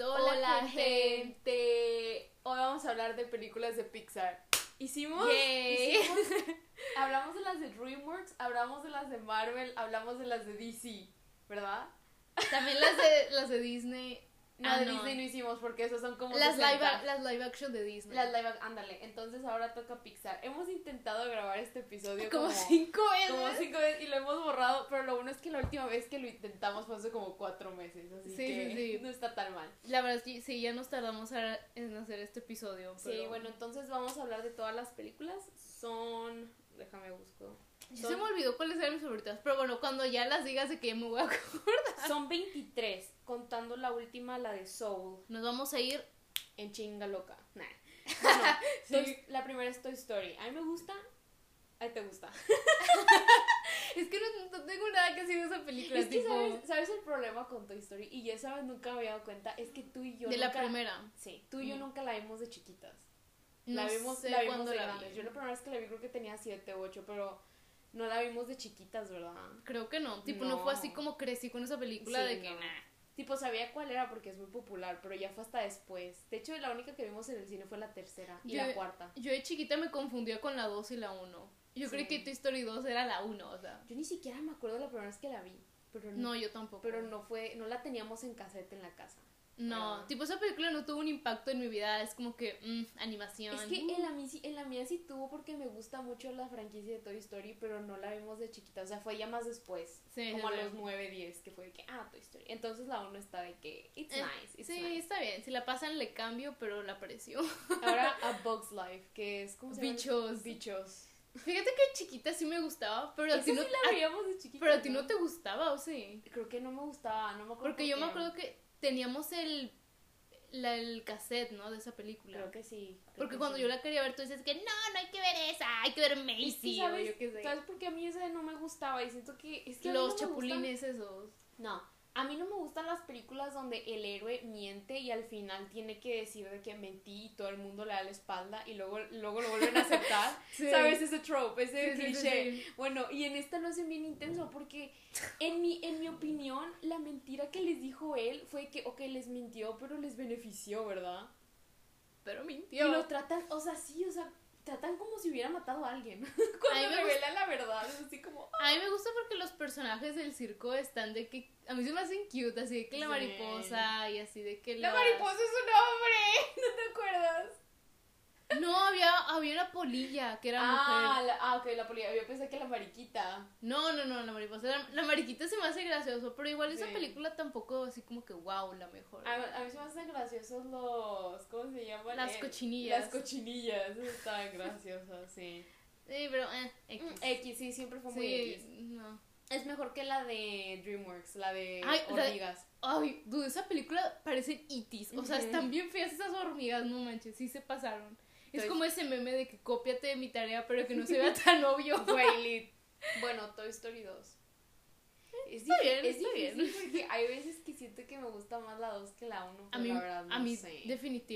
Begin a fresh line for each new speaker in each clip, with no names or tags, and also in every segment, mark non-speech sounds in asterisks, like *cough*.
Hola,
Hola,
gente.
gente. Hoy vamos a hablar de películas de Pixar. Hicimos,
Yay. *laughs*
hicimos- hablamos de las de DreamWorks, hablamos de las de Marvel, hablamos de las de DC, ¿verdad?
*laughs* También las de, las de Disney.
No,
Ah,
de
no.
Disney no hicimos porque esas son como
Las live,
60.
las live action de Disney.
las live, ac- ándale. Entonces ahora toca Pixar. Hemos intentado grabar este episodio
como,
como,
cinco veces.
como cinco veces y lo hemos borrado, pero lo bueno es que la última vez que lo intentamos fue hace como cuatro meses, así
Sí,
que
sí, sí.
no está tan mal.
La verdad es que sí, ya nos tardamos a- en hacer este episodio.
Sí,
pero-
bueno, entonces vamos a hablar de todas las películas. Son. Déjame busco.
*laughs* Ya
son-
se me olvidó cuáles eran mis favoritas. Pero bueno, cuando ya las digas de que me voy a acordar.
Son 23, contando la última, la de Soul,
Nos vamos a
*laughs*
ir.
en chinga loca.
*laughs*
Nah. Bueno,
Sí.
Toy- la primera es Toy Story. A mí me gusta. A ti te
*laughs*
gusta.
Es que no, no tengo nada que decir de esa película.
es que
tipo,
sabes, ¿sabes el problema con Toy Story, y ya sabes, nunca me había dado cuenta, es que tú y yo
de la
nunca-
primera.
Sí, tú y yo
Mm.
nunca la vimos de chiquitas.
No
la vimos,
sé
la vimos
cuándo
de
la
grandes.
vi.
Yo la primera vez que la vi creo que tenía 7 u 8, pero no la vimos de chiquitas, ¿verdad?
Creo que no. Tipo, no. fue así
No.
como crecí con esa película
Sí,
de que.
no.
nah.
Tipo, sabía cuál era porque es muy popular, pero ya fue hasta después. De hecho, la única que vimos en el cine fue la tercera y
Yo-
la cuarta.
Yo de chiquita me confundía con la 2 y la 1. Yo
Sí.
creí que Toy Story 2 era la 1, o sea.
Yo ni siquiera me acuerdo la primera vez que la vi, pero no,
No, yo tampoco.
pero no fue, no la teníamos en casete en la casa.
No,
Ah.
tipo esa película no tuvo un impacto en mi vida, es como que mm, animación.
Es que
uh.
en la, mí sí- en la mía sí tuvo porque me gusta mucho la franquicia de Toy Story, pero no la vimos de chiquita, o sea, fue ya más después,
Sí,
como a
sí,
los
sí.
9, 10, que fue de que, ah, Toy Story. Entonces la uno está de que, it's
Eh,
nice, it's
sí,
nice.
está bien, si la pasan le cambio, pero la
*laughs*
aprecio. *laughs*
Ahora A Bug's Life, que es como...
Bichos.
Bichos.
Fíjate que chiquita sí me gustaba, pero a
Esa
ti no
sí la veíamos de
a-
chiquita.
pero a ti no te gustaba, ¿o sí?
Creo que no me gustaba, no me acuerdo.
Porque yo me acuerdo que teníamos el la- el cassette, ¿no? De esa película.
Creo que sí. creo
Porque
que
cuando
sí.
yo la quería ver, tú decías que no, no hay que ver esa, hay que ver Macy.
Es que,
o
¿sabes?
yo qué sé.
¿Sabes por qué a mí esa no me gustaba? Y siento que. Es que a mí
Los
no me
chapulines esos.
gustan- No. A mí no me gustan las películas donde el héroe miente y al final tiene que decir de que mentí y todo el mundo le da la espalda y luego, luego lo vuelven a aceptar.
*laughs* Sí.
¿Sabes? Ese trope, ese
Sí, sí, sí,
cliché.
sí.
Bueno, y en esta lo hacen bien intenso porque, en mi, en mi opinión, la mentira que les dijo él fue que, ok, les mintió, pero les benefició, ¿verdad?
Pero mintió.
Y lo tratan, o sea, sí, o sea, tratan como si hubiera matado a alguien. *laughs*
A
Cuando
mí me
revelan la verdad, es así como.
A mí me gusta porque los personajes del circo están de que. A mí se me hacen cute, así de que la
Sí.
mariposa y así de que.
¡La
las-
mariposa es un hombre! *laughs* ¿No te acuerdas?
No, había, había una polilla que era mujer.
la- ah, ok, la polilla. Yo pensé que la mariquita.
No, no, no, la mariposa. era- La mariquita se me hace gracioso, pero igual esa
Sí.
película tampoco así como que wow, la mejor.
A, a mí se me hacen graciosos los. ¿Cómo se llaman?
Las
Eh,
cochinillas.
Las cochinillas. Eso está gracioso, sí.
Sí, pero eh, X.
Mm, X, sí, siempre fue muy
Sí,
X.
no.
Es mejor que la de DreamWorks, la de
Ay, la de-
hormigas.
Ay, dude, esa película parecen itis. O sea,
Ujú.
están bien feas esas hormigas, no manches, sí se pasaron. Es
Entonces-
como ese meme de que cópiate de mi tarea, pero que no se vea tan *laughs* obvio.
Güey, lit. Bueno, Toy Story 2. Es,
Eh, Está
dif-
bien,
es
está bien.
difícil porque hay veces que siento que me gusta más la 2 que la 1.
A mí,
la verdad, no
a mí
sé.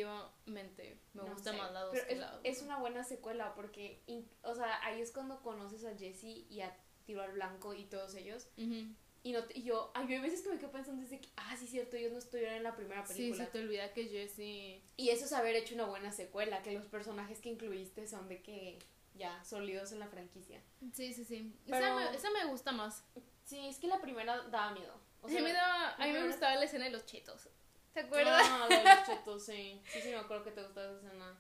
definitivamente me
No
gusta
sé.
más la 2
Pero
que
es,
la
es
uno.
una buena secuela porque, in- o sea, ahí es cuando conoces a Jesse y a Tiro al Blanco y todos ellos.
Ujú.
Y, no te- y yo, ay, yo hay veces que me quedo pensando desde que, ah, sí, cierto, ellos no estuvieron en la primera
Sí,
película.
se te olvida que Jessie...
Y eso es haber hecho una buena secuela, que los personajes que incluiste son de que ya, sólidos en la franquicia.
Sí, sí, sí.
Pero-
Esa, me, esa me gusta más.
Sí, es que la primera daba miedo. O
Sí, me daba- a mí me
pero-
gustaba la escena de los chetos. ¿Te acuerdas?
Ah, la de los chetos, sí. Sí, sí, me acuerdo que te gustaba esa escena.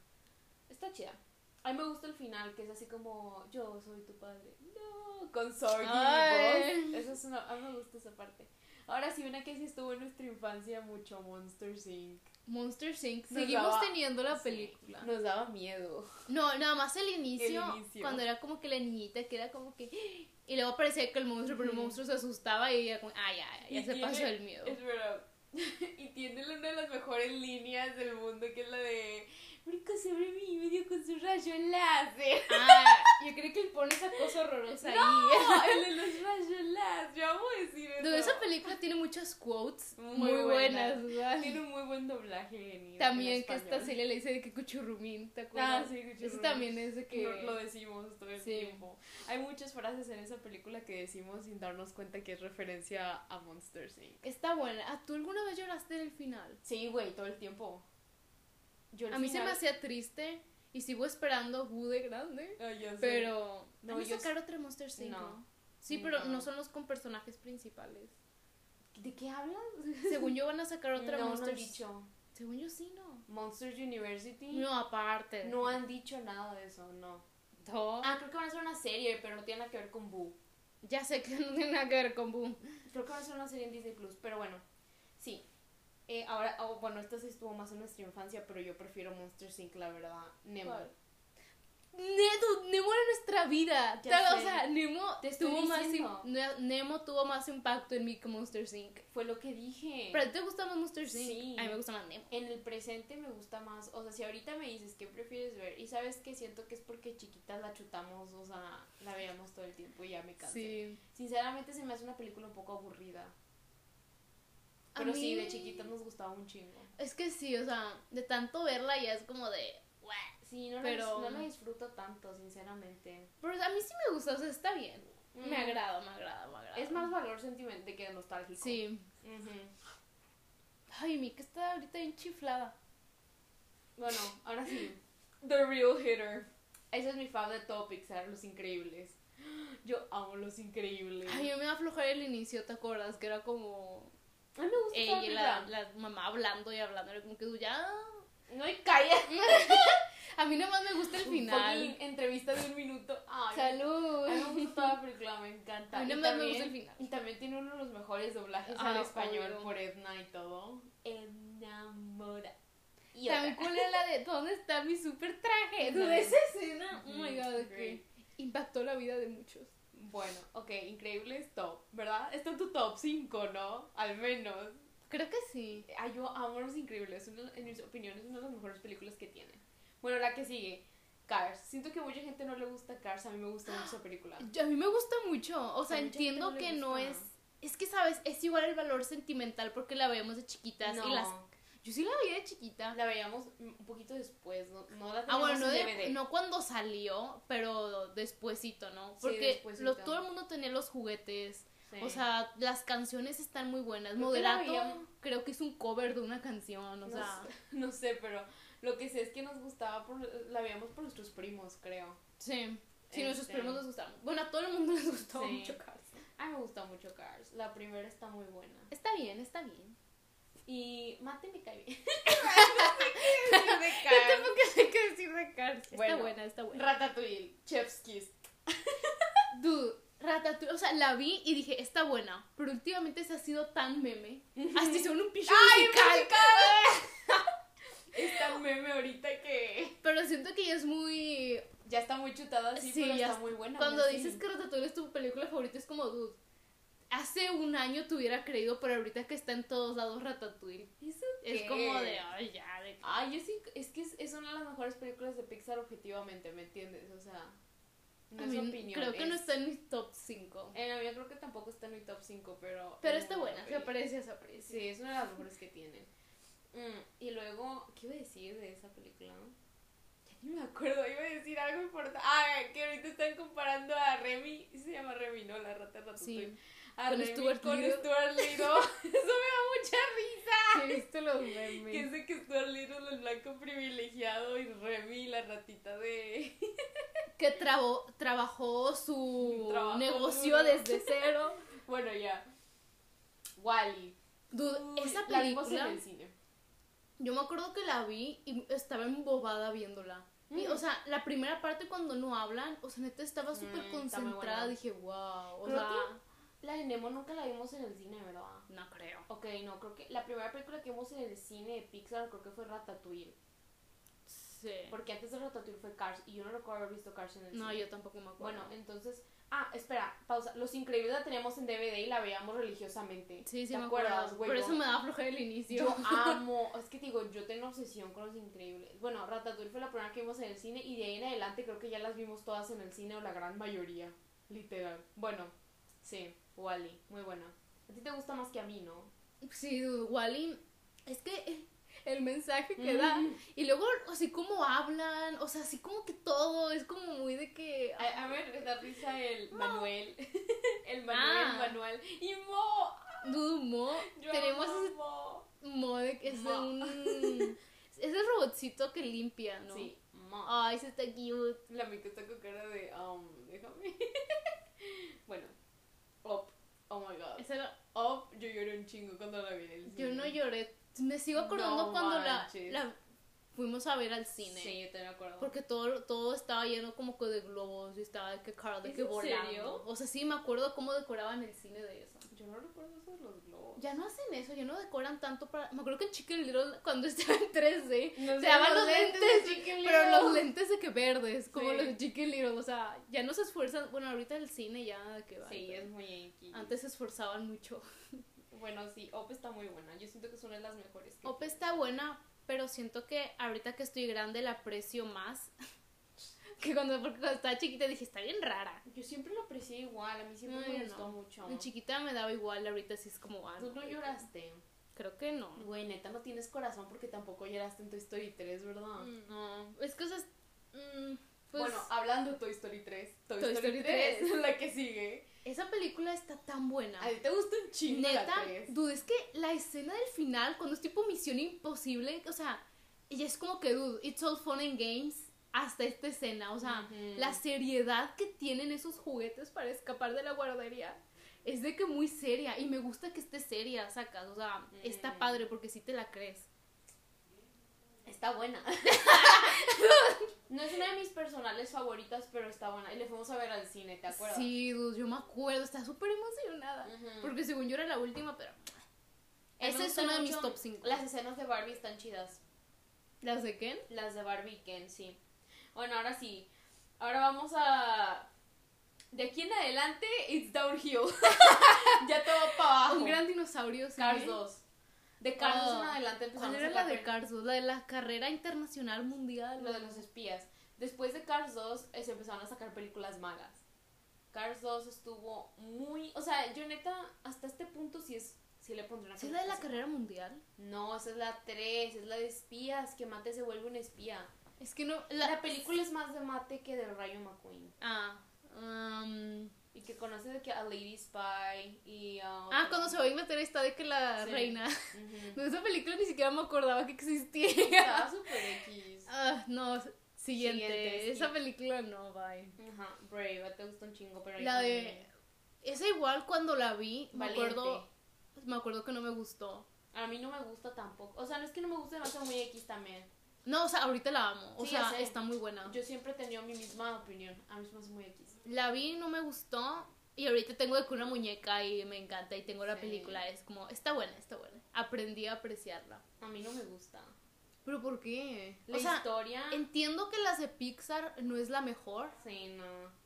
Está chida. A mí me gusta el final, que es así como, yo soy tu padre. No, con Sorgi y
Ay.
Buzz. Esa es una, a mí me gusta esa parte. Ahora sí, una que sí estuvo en nuestra infancia mucho, Monster Inc.
Monster Inc.
Nos
Seguimos
daba-
teniendo la
Sí,
película.
Nos daba miedo.
No, nada más el inicio,
El inicio.
cuando era como que la niñita que era como que... Y luego parecía que el monstruo, pero el
Ujú.
monstruo se asustaba y ella como, ay, ya,
Y
ya se
tiene- *laughs*
pasó el miedo.
Es verdad. y tiene una de las mejores líneas del mundo, que es la de, brincó sobre mí y me dio con su rayo enlace. *laughs*
Ah, yo creo que él pone esa cosa horrorosa ahí.
No, el de los rayos buenas, yo amo decir eso.
Dude, esa película tiene muchos quotes
Muy
muy, buenas.
buenas.
¿verdad?
Tiene un muy buen doblaje en
También
en
que esta
español.
Celia le dice de que cuchurrumín, ¿te
Ah,
acuerdas?
sí, cuchurrumín.
Eso también es de que...
Lo, lo decimos todo el
Sí.
tiempo. Hay muchas frases en esa película que decimos sin darnos cuenta que es referencia a Monsters Inc.
Está buena. Ah, ¿Tú alguna vez lloraste en el final?
Sí, güey, todo el tiempo. Yo al
A mí se
final-
me hacía triste y sigo esperando Who de grande.
Ah, ya sé.
Pero.
No,
No, a
yo
sacar otra Monster Inc.
No.
¿no? Sí,
No.
pero no son los con personajes principales.
¿De qué hablas?
Según yo van a sacar otra
*laughs* no, no
Monster
han dicho.
Según yo sí, no.
Monsters University.
No, aparte.
No han dicho nada de eso, no.
No.
Ah, creo que van a hacer una serie, pero no tiene nada que ver con Boo.
Ya sé que *laughs* no tiene nada que ver con Boom.
Creo que van a hacer una serie en Disney Plus, pero bueno, sí. Eh, ahora, oh, bueno, esta sí estuvo más en nuestra infancia, pero yo prefiero Monsters Inc., la verdad. Nemo.
¿Cuál? Nemo, Nemo era nuestra vida.
Ya
Ta- O
sé.
sea, Nemo
Te estoy
tuvo más
diciendo.
im- ne- Nemo tuvo más impacto en mí que Monster Inc.
Fue lo que dije.
¿Pero a ti te gusta más Monster Inc?
Sí.
A mí me gusta más Nemo.
en el presente me gusta más, o sea, si ahorita me dices qué prefieres ver, y sabes que siento que es porque chiquitas la chutamos, o sea, la veíamos todo el tiempo y ya me cansé.
Sí.
Sinceramente se me hace una película un poco aburrida.
A
Pero sí, de
mí-
chiquitas nos gustaba un chingo.
Es que sí, o sea, de tanto verla ya es como de. "Guau".
Sí, no, la
Pero-
dis- no la disfruto tanto, sinceramente.
Pero a mí sí me gusta, o sea, está bien.
Mm.
Me agrada, me agrada, me agrada.
Es más valor sentimental de que nostálgico.
Sí.
Ujú.
Ay, mi que está ahorita bien chiflada.
Bueno, ahora sí. The Real Hitter. Ese es mi fav de todo Pixar, Los Increíbles. Yo amo Los Increíbles.
Ay, yo me iba a aflojar el inicio, ¿te acuerdas? Que era como.
A mí me gusta esa
Ella, y la,
película.
la mamá hablando y hablando, era como que ya.
No, y calla.
*laughs* A mí nomás me gusta el final.
Fucking entrevista de un minuto. Ay,
Salud.
A mí me gusta toda la película, me encanta.
A mí
Y
nomás me gusta el final.
Y también tiene uno de los mejores doblajes
Ah,
al español
obvio.
por Edna y todo. Enamora. Y
También
otra.
cool es la de ¿Dónde está mi super traje? Dude, esa escena, oh my god, de que
Great.
impactó la vida de muchos.
Bueno, ok, increíbles top, ¿verdad? Está en tu top 5, ¿no? Al menos.
Creo que sí.
Ay, yo amo Los Increíbles. es una- en mis opiniones, una de las mejores películas que tiene. Bueno, la que sigue, Cars. Siento que mucha gente no le gusta Cars. A mí me gusta mucho esa película.
Yo- a mí me gusta mucho, o sea,
A mucha gente
entiendo
no le
que no
gusta.
es... Es que, ¿sabes? Es igual el valor sentimental porque la veíamos de chiquitas y las... Yo sí la veía de chiquita.
La veíamos un poquito después, no, no la
Ah,
teníamos
bueno, no,
en
de-
DVD.
no cuando salió, pero despuesito, ¿no?
Sí,
Porque
despuesito.
los- todo el mundo tenía los juguetes.
Sí.
O sea, las canciones están muy buenas.
Creo que la
Moderato
veíamos-
creo que es un cover de una canción, o
no,
sea...
sé- *laughs* no sé, pero lo que sé es que nos gustaba, por, la veíamos por nuestros primos, creo.
Sí. Sí, nuestros
Este.
primos les gustaron. Bueno, a todo el mundo les gustó
Sí.
mucho Cars.
A mí me gusta mucho Cars, la primera está muy buena.
Está bien, está bien.
Y Mate me cae
Yo
*laughs* bien. no sé qué decir de Cars.
tampoco sé qué decir de Cars.
Bueno,
está buena, está buena.
Ratatouille, Chef's Kiss.
Dude, Ratatouille, o sea, la vi y dije, está buena, pero últimamente se ha sido tan meme. Hasta hicieron un pinche musical.
Es tan meme ahorita que
Pero siento que ya es muy...
ya está muy chutada así,
Sí,
pero
ya
está
es-
muy buena.
Cuando
aún así.
dices que Ratatouille es tu película favorita, es como, dude, hace un año te hubiera creído, pero ahorita que está en todos lados Ratatouille.
¿Eso
Es
qué?
como de, ay, ya, de...
Ay, es, inc- es que es, es una de las mejores películas de Pixar objetivamente, ¿me entiendes? O sea, no
A
es
mí
opinión.
creo que
es-
no está en mi top 5.
Eh, no, yo creo que tampoco está en mi top 5, pero...
Pero
es
está
una
buena, se
película.
aprecia, se aprecia.
Sí, es una de las mejores que tienen. Mm, y luego, ¿qué iba a decir de esa película? Ya ni me acuerdo, iba a decir algo importante. Ah, que ahorita están comparando a Remy, se llama Remy, ¿no? La rata ratatouille.
Sí,
A
Con
Remy
Stuart
con
Little.
Stuart Little. *laughs* Eso me da mucha risa.
he visto los
Que es
memes.
de que Stuart Little es el blanco privilegiado y Remy la ratita de...
*laughs*
*laughs*
Que trabó- trabajó su
Trabajo
negocio
duro.
desde cero.
Bueno, ya. Wally.
Dude, esa
La vimos en
película,
el cine.
yo me acuerdo que la vi y estaba embobada viéndola. Y,
Mm.
o sea, la primera parte cuando no hablan, o sea, neta estaba súper
Mm, está muy
concentrada.
buena.
Dije, wow, o
Creo
sea,
La de Nemo nunca la vimos en el cine, ¿verdad?
no creo.
Ok, no, creo que la primera película que vimos en el cine de Pixar creo que fue Ratatouille.
Sí.
Porque antes de Ratatouille fue Cars y yo no recuerdo haber visto Cars en el
No,
cine.
yo tampoco me acuerdo.
Bueno, entonces. Ah, espera, pausa. Los Increíbles la teníamos en DVD y la veíamos religiosamente.
sí, sí,
¿Te
me
acuerdas,
acuerdo.
güey?
Por eso me daba flojera el inicio.
*laughs* Yo amo, es que te digo, yo tengo una obsesión con los increíbles. Bueno, Ratatouille fue la primera que vimos en el cine y de ahí en adelante creo que ya las vimos todas en el cine o la gran mayoría, literal. Bueno, Sí, Wally, muy buena. A ti te gusta más que a mí, ¿no?
*laughs* Sí, Wally, es que *laughs* el mensaje que da.
Mm.
Y luego, o sea, cómo hablan, o sea, así como que todo, es como muy de que...
A, a ver, me da risa el Manuel. *laughs* el Manuel,
Ah.
Manuel. Y Mo.
Dudu Mo,
Yo
tenemos
amo a
ese
Mo.
Mo de que es de
Mo. *laughs*
un... Es el robotcito que limpia, ¿no?
Sí, Mo.
Ay, se está cute.
La mica está con cara de, um, déjame. *laughs* bueno, Op. Oh my god.
Esa era-
Op, Oh, yo lloré un chingo cuando la vi en el
Yo
cine.
no lloré. Me sigo acordando
No
cuando la,
manches.
la fuimos a ver al cine.
Sí, yo te lo acuerdo.
Porque todo, todo estaba lleno como que de globos y estaba de que Carl de
¿Es
que
en
volando.
serio?
O sea, sí, me acuerdo cómo decoraban el cine de eso.
Yo no recuerdo eso de los globos.
Ya no hacen eso, ya no decoran tanto para... Me acuerdo que en Chicken Little cuando *laughs* estaba en 3D
No
se
sé,
daban los
los
lentes,
lentes de Chicken
pero
Little.
los lentes de que verdes, como
Sí.
los de Chicken Little, o sea, ya no se esfuerzan, bueno, ahorita el cine ya de que va.
Sí, es muy Yankee.
Antes se esforzaban mucho.
Bueno, sí, Op está muy buena. Yo siento que es una de las mejores. que-
Ope está buena, pero siento que ahorita que estoy grande la aprecio más *laughs* que cuando, porque cuando estaba chiquita dije, está bien rara.
Yo siempre lo aprecié igual. A mí siempre
No,
me
yo
gustó
no.
mucho.
De chiquita me daba igual, ahorita sí es como, ah,
Tú no
de que-
lloraste.
Creo que no.
Güey, neta, no tienes corazón porque tampoco lloraste en Toy Story 3, ¿verdad?
No, es que o sea, es- mm, pues
Ah, bueno, ah. hablando de Toy Story 3, Toy,
Toy
Story,
Story
3, *laughs* la que sigue.
esa película está tan buena.
A ti te gusta un chingo
Neta,
la 3.
dude, es que la escena del final, cuando es tipo misión imposible, o sea, ella es como que, dude, it's all fun and games hasta esta escena, o sea,
Ujú.
la seriedad que tienen esos juguetes para escapar de la guardería es de que muy seria y me gusta que esté seria, sacas, o sea, está
Mm.
padre porque si te la crees.
Está buena. no es una de mis personales favoritas, pero está buena. Y le fuimos a ver al cine, ¿te acuerdas?
Sí, dude, yo me acuerdo, está súper emocionada,
Ujú.
porque según yo era la última, pero
A mí me
esa es
gustan
una de mis
mucho-
top 5.
Las escenas de Barbie están chidas.
¿Las de Ken?
Las de Barbie y Ken, sí. Bueno, ahora sí. Ahora vamos a. De aquí en adelante, it's downhill. *laughs* ya todo para abajo.
Un gran dinosaurio, sí.
Cars 2. De Cars 2 en
Oh.
adelante empezamos
¿Cuál era
a
la de
carrer-
Cars? La de la carrera internacional mundial.
Lo de los espías. Después de Cars 2 eh, se empezaron a sacar películas malas. Cars 2 estuvo muy. O sea, yo neta, hasta este punto sí, es, sí le pondré una
¿Sí es la de la
calificación.
carrera mundial?
No, esa es la 3, es la de espías, que Mate se vuelve un espía.
Es que no.
La, película es más de Mate que de Rayo McQueen.
Ah. um,
Y que conoce de que a Lady Spy y a...
ah, cuando se va a Inglaterra está de que la
Sí.
reina.
Ujú.
De esa película ni siquiera me acordaba que existía.
Estaba súper X.
*laughs* Ah, no, siguiente.
Siguiente,
Esa
sí.
película no, bye.
Ajá, Brave, te gusta un chingo, pero... ahí
La
también.
de. Esa igual cuando la vi, me
Valiente.
acuerdo. Me acuerdo que no me gustó.
A mí no me gusta tampoco. O sea, no es que no me guste, me hace muy X también.
No, o sea, ahorita la amo. O
Sí, ya
sea,
sé.
está muy buena.
Yo siempre he tenido mi misma opinión. A mí se me hace muy X.
La vi, no me gustó. Y ahorita tengo de que una muñeca y me encanta. Y tengo la
Sí.
película. Es como, está buena, está buena. Aprendí a apreciarla.
A mí no me gusta.
¿Pero por qué?
La
o sea,
historia...
entiendo que las de Pixar no es la mejor.
Sí, no.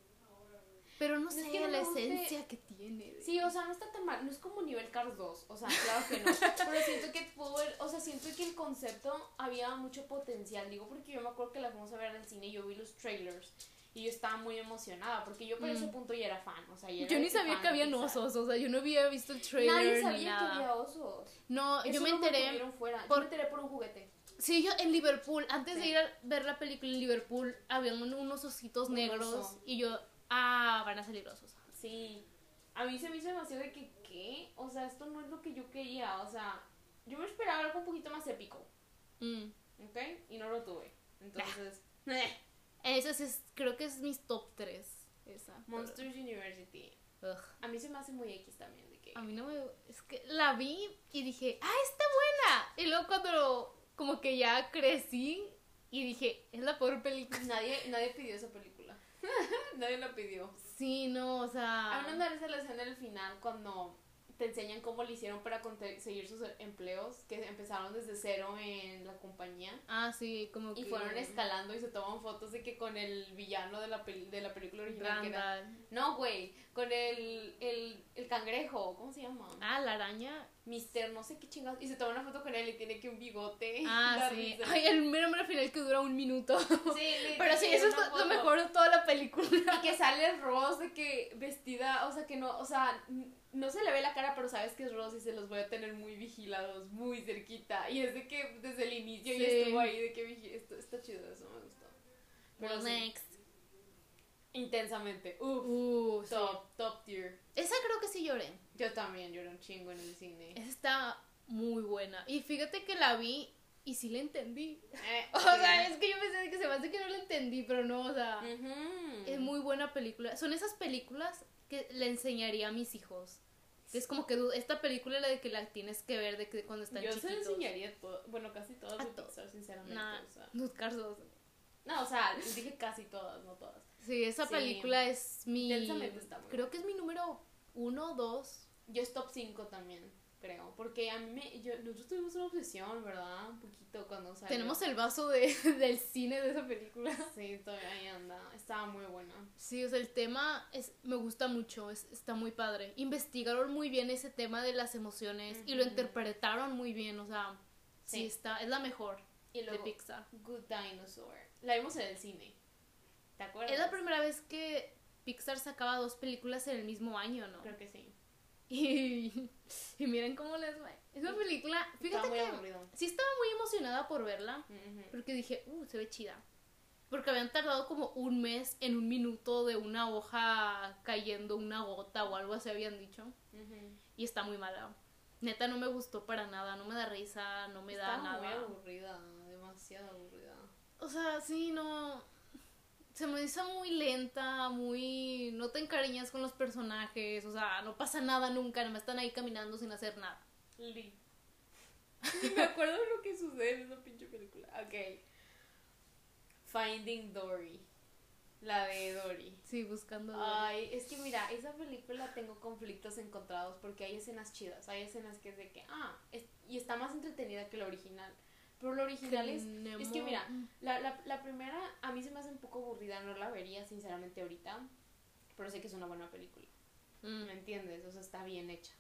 Pero no
Es
sé
que no
la
me gusta-
esencia que tiene. de-
Sí, o sea, no está tan mal. No es como nivel Cars 2. O sea, claro *laughs* que no. Pero siento que pudo ver- o sea, siento que el concepto había mucho potencial. Digo, porque yo me acuerdo que la fuimos a ver al cine y yo vi los trailers. Y yo estaba muy emocionada. Porque yo para
Mm.
ese punto ya era fan. O sea, ya era
yo
de
ni sabía
fan
que
de
habían
Pixar.
osos. O sea, yo no había visto el trailer
Nadie
ni
sabía que
nada.
había osos.
No, yo
Eso
me
no
enteré.
tuvieron fuera. Yo
por-
me enteré por un juguete.
Sí, yo en Liverpool, antes de
Sí.
ir a ver la película en Liverpool, habían un- unos ositos
Un
negros.
oso.
Y yo, ah, van a salir osos.
Sí. A mí se me hizo demasiado de que, ¿qué? O sea, esto no es lo que yo quería. O sea, yo me esperaba algo un poquito más épico.
Mm.
¿Ok? Y no lo tuve. Entonces.
Esa sí es, creo que es mis top 3. Esa. pero-
*laughs* Monsters University.
Ugh.
A mí se me hace muy X también. De que,
A mí no me. Es que la vi y dije, ¡ah, está buena! Y luego cuando como que ya crecí y dije, es la peor película.
nadie, nadie pidió esa película. *laughs* nadie la pidió.
Sí, no, o sea.
A mí no me parece la escena del final cuando te enseñan cómo le hicieron para conseguir sus empleos, que empezaron desde cero en la compañía.
Ah, sí, como que.
Y fueron escalando y se toman fotos de que con el villano de la, peli- de la película original que era-
Randall.
No, güey, con el, el, el cangrejo, ¿cómo se llama?
Ah, la
*laughs*
araña.
Mister, no sé qué chingados. Y se toma una foto con él y tiene que un bigote.
Ah,
Da
sí.
risa.
Ay, el mero mero final que dura un minuto.
*laughs* Sí, le-
Pero
le
sí,
tiene
eso es
una
lo- lo
foto.
mejor de toda la película.
Y que sale Rose de que vestida, o sea, que no, o sea, n- no se le ve la cara, pero sabes que es Rose y se los voy a tener muy vigilados, muy cerquita. Y es de que desde el inicio ya
Sí.
estuvo ahí, de que vigi- esto está chido, eso me gustó.
Pues
Pero sí,
next.
intensamente, uff,
Uh, sí.
top, top tier.
Esa creo que sí lloré.
Yo también lloré un chingo en el cine.
*laughs* Esa está muy buena. Y fíjate que la vi y sí la entendí. *laughs*
Eh,
O sea, es que yo pensé que se me hace que no la entendí, pero no, o sea,
Mm. Ujú.
es muy buena película. Son esas películas que le enseñaría a mis hijos. Es como que du- esta película es la de que la tienes que ver de que cuando están
Yo se lo
chiquitos.
enseñaría todo, bueno, casi todas
A
de
todos.
Pixar, sinceramente.
Nah,
o sea.
los carzos.
No, o sea, *laughs* dije casi todas, no todas.
Sí, esa
Sí.
película es mi.
Intensamente está muy
Creo que es mi número uno, dos.
Yo es top 5 también, creo. Porque a mí, me- yo, nosotros tuvimos una obsesión, ¿verdad? Un poquito cuando salió.
Tenemos el vaso de, *laughs* del cine de esa película.
Sí, todavía ahí anda. Estaba muy buena.
Sí, o sea, el tema es, me gusta mucho, es, está muy padre. Investigaron muy bien ese tema de las emociones y lo
Ujú.
interpretaron muy bien, o sea, sí,
Sí.
está, es la mejor
Y
de
luego,
Pixar.
Good Dinosaur. La vimos en el cine. ¿Te acuerdas?
Es la primera vez que Pixar sacaba dos películas en el mismo año, ¿no?
Creo que sí.
*laughs* Y, y miren cómo les va. Es una película, fíjate
Estaba muy
que
aburrido.
sí estaba muy emocionada por verla,
Ujú.
porque dije, uh, se ve chida. Porque habían tardado como un mes en un minuto de una hoja cayendo una gota o algo así habían dicho.
Ujú.
y está muy mala. Neta, no me gustó para nada, no me da risa, no me da
Estaba muy
nada.
aburrida. Demasiado aburrida.
O sea, sí, no. Se me hizo muy lenta, muy. No te encariñas con los personajes, o sea, no pasa nada nunca, nada más están ahí caminando sin hacer nada.
Lee. Y me acuerdo de lo que sucede en esa pinche película. Ok. Finding Dory. La de Dory.
Sí, buscando. a Dory.
Ay, es que mira, esa película tengo conflictos encontrados porque hay escenas chidas, hay escenas que es de que, ah, es- y está más entretenida que la original. Pero la original es,
Nemo.
es que mira, la, la, la primera a mí se me hace un poco aburrida, no la vería sinceramente ahorita, pero sé que es una buena película,
Mm.
¿me entiendes? O sea, está bien hecha.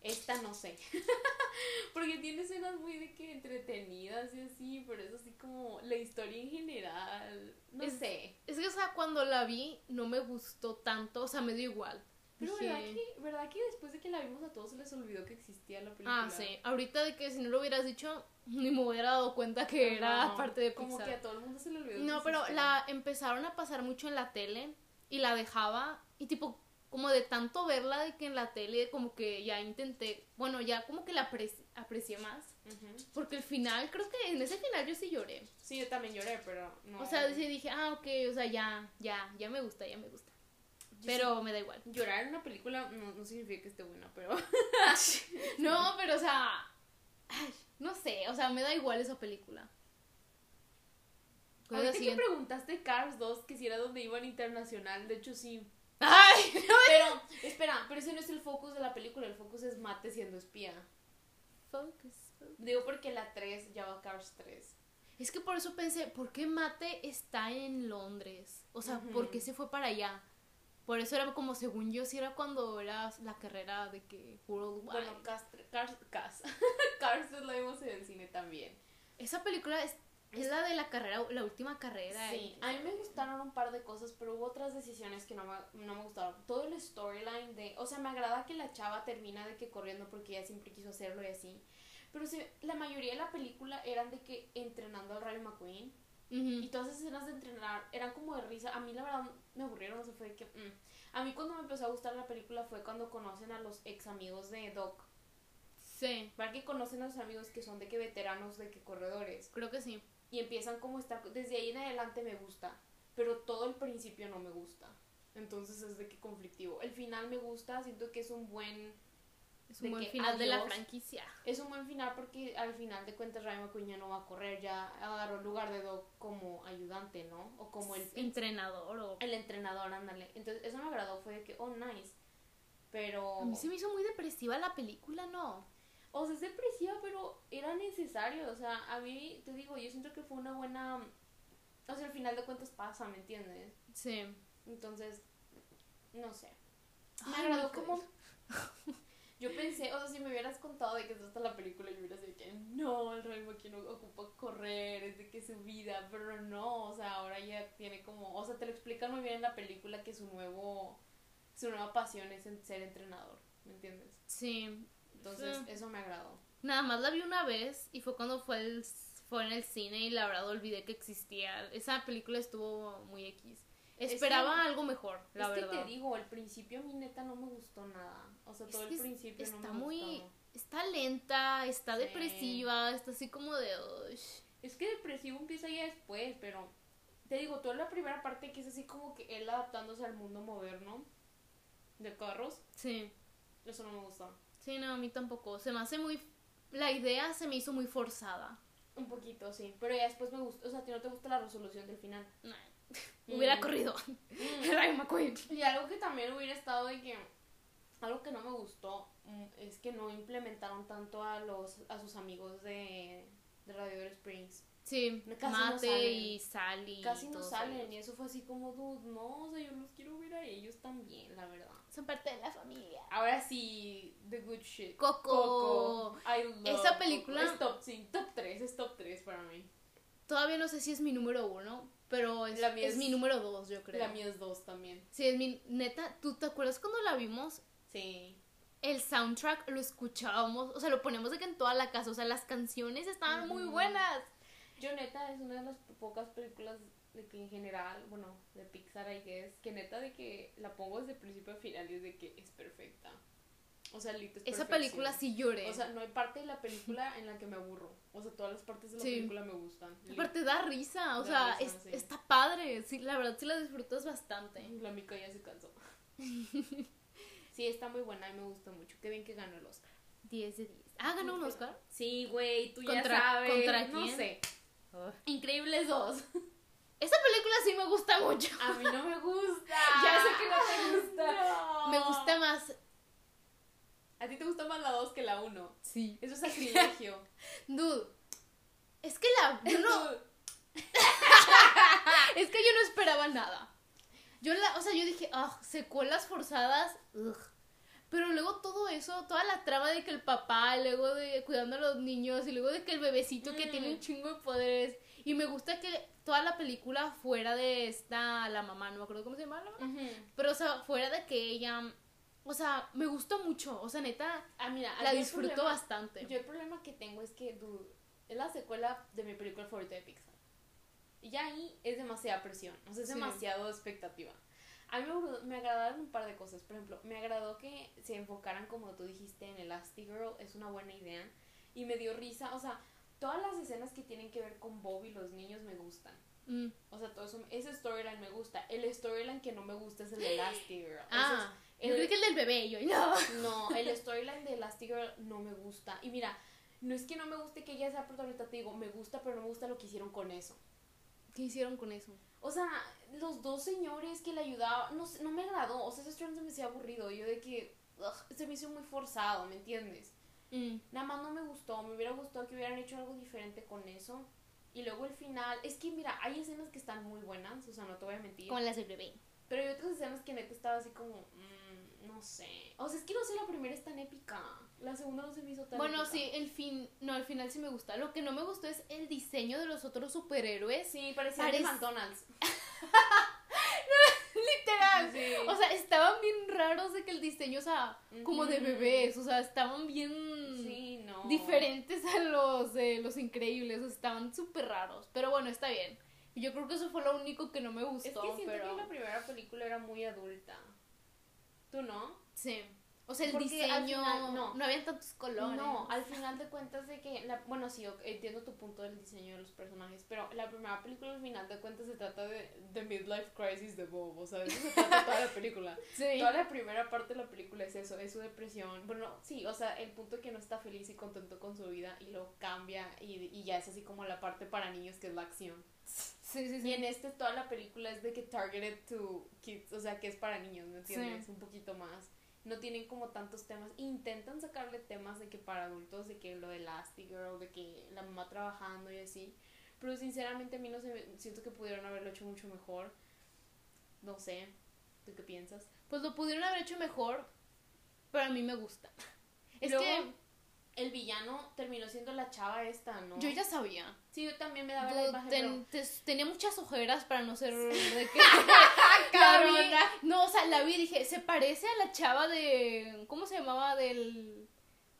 Esta no sé, *laughs* porque tiene escenas muy de que entretenidas y así, pero es así como la historia en general, no
Es-
sé.
Es que, o sea, cuando la vi, no me gustó tanto, o sea, me dio igual.
Pero
Dije,
¿verdad, que, ¿verdad que después de que la vimos a todos se les olvidó que existía la película?
Ah, sí. Ahorita de que si no lo hubieras dicho, *laughs* ni me hubiera dado cuenta que era
Ajá,
parte de Pixar.
Como que a todo el mundo se le olvidó.
No,
que
pero
existía.
la empezaron a pasar mucho en la tele y la dejaba y tipo como de tanto verla de que en la tele como que ya intenté, bueno, ya como que la apreci- aprecié más,
Ujú.
porque el final creo que en ese final yo sí lloré.
Sí, yo también lloré, pero no.
O sea, sí dije, ah, ok, o sea, ya, ya, ya me gusta, ya me gusta.
Yo
Pero me da igual.
sí- Llorar en una película no, no significa que esté buena, pero.
No, pero o sea, ay, no sé, o sea, me da igual esa película. ¿Cuál es la
*laughs* Ahorita que
siguiente?
preguntaste Cars 2, que si era donde iban internacional, de hecho sí.
Ay, no me-
Pero, espera, pero ese no es el focus de la película, el focus es Mate siendo espía.
Focus, focus.
Digo porque la 3 ya va Cars 3.
Es que por eso pensé, ¿por qué Mate está en Londres? O sea, ¿por qué
Ujú.
se fue para allá? Por eso era como, según yo, si era cuando era la carrera de que Worldwide.
Bueno, Cars, tre- Cars, Cars, *laughs* Cars 3 la vimos en el cine también.
Esa película es, es la de la carrera, la última carrera.
Sí,
y-
a mí me gustaron un par de cosas, pero hubo otras decisiones que no me, no me gustaron. Todo el storyline de, o sea, me agrada que la chava termina de que corriendo porque ella siempre quiso hacerlo y así. Pero se- la mayoría de la película eran de que entrenando al Rayo McQueen y
eh. Ujú.
todas esas escenas de entrenar eran como de risa. A mí la verdad me aburrieron, o sea, fue de que... mm. A mí cuando me empezó a gustar la película fue cuando conocen a los ex amigos de Doc.
Sí,
¿Verdad que conocen a los amigos que son de que veteranos, de que corredores?
creo que sí.
y empiezan como esta desde ahí en adelante me gusta pero todo el principio no me gusta entonces es de que conflictivo el final me gusta siento que es un buen
Es
De
un buen
que
final de la
adiós.
franquicia.
es un buen final porque al final de cuentas Rayo McQueen ya no va a correr ya agarró el lugar de Doc como ayudante no o como el
entrenador o...
el entrenador ándale entonces eso me agradó fue de que oh nice pero
A mí se me hizo muy depresiva la película, ¿no?
O sea, se aprecia, pero era necesario. O sea, a mí, te digo, yo siento que fue una buena. O sea, al final de cuentas pasa, ¿me entiendes?
Sí.
Entonces, no sé. Me
Ay,
agradó
nunca
como. *laughs* Yo pensé, o sea, si me hubieras contado de que eso está en la película, yo hubiera dicho que no, el rey no ocupa correr, es de que es su vida, pero no, o sea, ahora ya tiene como. O sea, te lo explican muy bien en la película que su nuevo. Su nueva pasión es en ser entrenador, ¿me entiendes?
Sí.
Entonces,
Sí.
eso me agradó.
Nada más la vi una vez y fue cuando fue, el- fue en el cine y la verdad olvidé que existía. Esa película estuvo muy X.
Es que-
Esperaba algo mejor, la
es
verdad.
que te digo, al principio a mi neta no me gustó nada. O sea,
Es
todo
que
el
es-
principio no me
está muy-
gustó.
Está lenta, está
Sí.
depresiva, está así como de... "Uy".
Es que depresivo empieza ya después, pero te digo, toda la primera parte que es así como que él adaptándose al mundo moderno de carros,
Sí.
eso no me gusta.
Sí, no, a mí tampoco. Se me hace muy... La idea se me hizo muy forzada.
Un poquito, sí, pero ya después me gustó, o sea, a ti no te gusta la resolución del final.
Nah. *laughs* Hubiera
Mm.
corrido. *laughs* Rayo McQueen.
Y algo que también hubiera estado de que algo que no me gustó mm, es que no implementaron tanto a los a sus amigos de de Radiator Springs.
Sí,
Casi no
Mate
salen.
y Sally. y
Casi no
todos
salen
ellos.
y eso fue así como, dude, no, o sea, yo los quiero ver a ellos también, la verdad.
Son parte de la familia.
Ahora sí, The Good Shit.
Coco.
I love
Esa película-
Coco. Es top 5, top 3, es top 3 para mí.
Todavía no sé si es mi número uno, pero es,
La mía
es
es-
mi número dos, yo creo.
La mía es 2 también.
Sí, es mi... Neta, ¿tú te acuerdas cuando la vimos?
Sí.
El soundtrack lo escuchábamos, o sea, lo poníamos de que en toda la casa, o sea, las canciones estaban muy
Ujú.
buenas.
Yo neta es una de las pocas películas de que en general, bueno, de Pixar I guess, que neta de que la pongo desde principio a final y es de que es perfecta. O sea, Lito es
Esa
perfección.
película sí lloré.
O sea, no hay parte de la película en la que me aburro. O sea, todas las partes de la
Sí.
película me gustan.
Aparte da risa, o
Da
sea,
risa,
es-
sí.
está padre, sí, la verdad sí la disfrutas bastante.
La mica ya se
*laughs*
cansó. sí, está muy buena y me gustó mucho. Qué bien que ganó el Oscar.
10 de 10. Ah, ganó un Oscar.
Sí, güey, tú
¿Contra-
ya sabes.
contra
No
quién?
sé.
Ugh.
Increíbles dos.
*laughs* Esa película sí me gusta mucho.
A mí no me gusta.
*laughs* Ya sé que
*laughs* no te gusta.
Me gusta más.
A ti te gusta más la dos que la uno.
Sí.
Eso
*laughs*
es sacrilegio.
Dude, es que la. yo
*laughs*
no, es que yo no esperaba nada. Yo la, o sea, yo dije, ah, secuelas forzadas. ugh". Pero luego todo eso, toda la trama de que el papá, y luego de cuidando a los niños, y luego de que el bebecito que
Mm.
tiene un chingo de poderes. Y me gusta que toda la película fuera de esta, la mamá, no me acuerdo cómo se llama, la mamá.
Ujú.
Pero, o sea, fuera de que ella. O sea, me gustó mucho. O sea, neta,
Ah, mira,
la
yo el
disfruto
problema-
bastante.
Yo el problema que tengo es que dude, es la secuela de mi película favorita de Pixar. Y ya ahí es demasiada presión, o sea, es
Sí.
demasiado expectativa. A mí me, agradó- me agradaron un par de cosas. Por ejemplo, me agradó que se enfocaran, como tú dijiste, en Elastigirl. Es una buena idea. Y me dio risa. O sea, todas las escenas que tienen que ver con Bob y los niños me gustan.
Mm.
O sea, todo eso, ese storyline me gusta. El storyline que no me gusta es el
*gasps*
de Elastigirl. Ese
Ah,
es-
yo
el-
creo que el del bebé. y Yo, no.
*laughs* no, el storyline de Elastigirl no me gusta. Y mira, no es que no me guste que ella sea protagonista, te digo, me gusta, pero no me gusta lo que hicieron con eso.
¿Qué hicieron con eso?
O sea, los dos señores que le ayudaban, no, sé, no me agradó. O sea, ese storyline se me hacía aburrido. Yo de que ugh, se me hizo muy forzado, ¿me entiendes?
Mm.
Nada más no me gustó, me hubiera gustado que hubieran hecho algo diferente con eso. Y luego el final, es que mira, hay escenas que están muy buenas, o sea, no te voy a mentir.
Con las del bebé.
Pero hay otras escenas que neta estaba así como, mm, no sé. O sea, es que no sé, la primera es tan épica. La segunda no se me hizo tan
Bueno,
épica.
sí, el fin. No, al final sí me gusta. Lo que no me gustó es el diseño de los otros superhéroes.
Sí, parecía
Parece-
de McDonald's.
Literal.
Sí.
O sea, estaban bien raros de que el diseño, o sea, como de
Ujú.
bebés. O sea, estaban bien.
sí, no.
Diferentes a los de los increíbles, o sea, estaban súper raros. Pero bueno, está bien. Yo creo que eso fue lo único que no me
Es
gustó.
que siento
pero...
que la primera película era muy adulta. ¿Tú no?
Sí. O sea, el
Porque al
diseño.
final,
no.
no.
habían tantos colores.
No, al final de cuentas de que, la- bueno, sí, ok, entiendo tu punto del diseño de los personajes, pero la primera película al final de cuentas se trata de The Midlife Crisis de Bob, o sea, de eso se trata toda la película.
Sí.
Toda la primera parte de la película es eso, es su depresión. Bueno, sí, o sea, el punto que no está feliz y contento con su vida y lo cambia y, y ya es así como la parte para niños que es la acción.
Sí, sí, sí.
Y en este toda la película es de que targeted to kids, o sea, que es para niños, ¿me entiendes?
Sí.
Un poquito más. No tienen como tantos temas. Intentan sacarle temas de que para adultos, de que lo de Elastigirl, de que la mamá trabajando y así. Pero sinceramente a mí no sé, siento que pudieron haberlo hecho mucho mejor. No sé, ¿tú qué piensas?
pues lo pudieron haber hecho mejor, pero a mí me gusta. Es
Luego,
que
el villano terminó siendo la chava esta, ¿no?
yo ya sabía.
Sí, yo también me daba la
Yo
imagen,
ten- te- tenía muchas ojeras para no ser de
*laughs*
que
pero-
la vi-
¡Ah, Cabrona.
no, o sea, la vi y dije, se parece a la chava de ¿cómo se llamaba del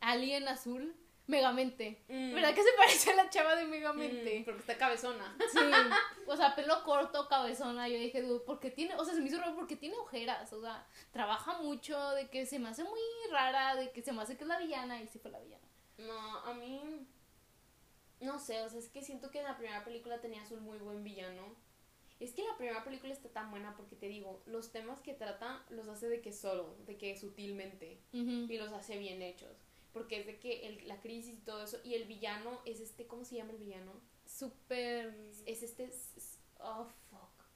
Alien Azul? Megamente.
Mm.
¿Verdad que se *laughs* parece a la chava de Megamente?
Mm, porque está cabezona.
Sí, o sea, pelo corto, cabezona, yo dije, dude, porque tiene, o sea, se me hizo raro porque tiene ojeras, o sea, trabaja mucho, de que se me hace muy rara, de que se me hace que es la villana, y sí fue la villana.
No, a mí. No sé, o sea, es que siento que en la primera película tenías un muy buen villano. Es que la primera película está tan buena porque te digo, los temas que trata los hace de que solo, de que sutilmente, y los hace bien hechos. Porque es de que el- la crisis y todo eso, y el villano es este, ¿cómo se llama el villano?
Súper...
Es este, s- s- oh fuck,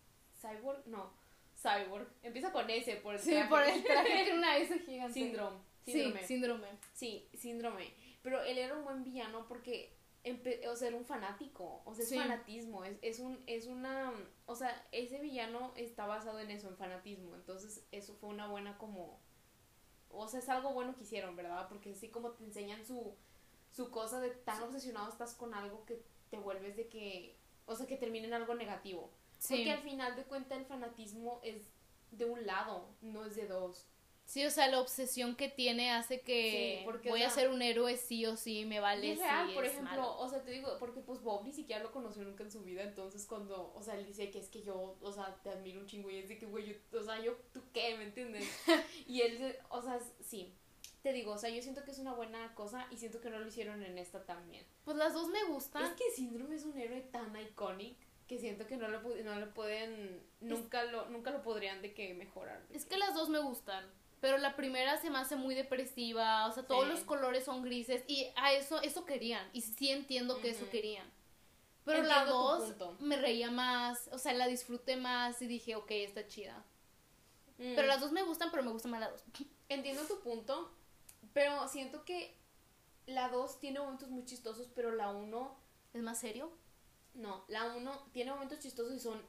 cyborg, no, cyborg, empieza con S por el
Sí,
traje.
por el traje tiene una S gigante.
síndrome, síndrome.
Sí, síndrome.
Sí, síndrome. Pero él era un buen villano porque, empe- o sea, era un fanático. O sea, es
Sí.
fanatismo. Es, es, un, es una... O sea, ese villano está basado en eso, en fanatismo. Entonces, eso fue una buena como... O sea, es algo bueno que hicieron, ¿verdad? Porque así como te enseñan su, su cosa de tan obsesionado estás con algo que te vuelves de que... O sea, que termina en algo negativo.
Sí.
Porque al final de cuentas el fanatismo es de un lado, no es de dos.
sí, o sea, la obsesión que tiene hace que
Sí, porque,
voy
o
a
sea,
ser un héroe sí o sí, me vale
Y es real,
si
por
es
ejemplo,
malo.
o sea, te digo, porque pues Bob ni siquiera lo conoció nunca en su vida, entonces cuando, o sea, él dice que es que yo, o sea, te admiro un chingo y es de que, güey, yo, o sea, yo, ¿tú qué? ¿Me
*laughs*
entiendes? y él, se- o sea, sí, te digo, o sea, yo siento que es una buena cosa y siento que no lo hicieron en esta también.
Pues las dos me gustan.
Es que Síndrome es un héroe tan icónico que siento que no lo, pu- no lo pueden, nunca lo, nunca lo podrían de que mejorar. de
Es que las dos me gustan, pero la primera se me hace muy depresiva, o sea, todos
Sí.
los colores son grises y a eso eso querían y sí entiendo que eso
Ujú.
querían. Pero la
Entiendo tu punto.
dos me reía más, o sea, la disfruté más y dije, ok, está chida.
Mm.
Pero las dos me gustan, pero me gusta más la dos. *laughs*
Entiendo tu punto, pero siento que la 2 tiene momentos muy chistosos, pero la 1
¿Es más serio?
no, la 1 tiene momentos chistosos y son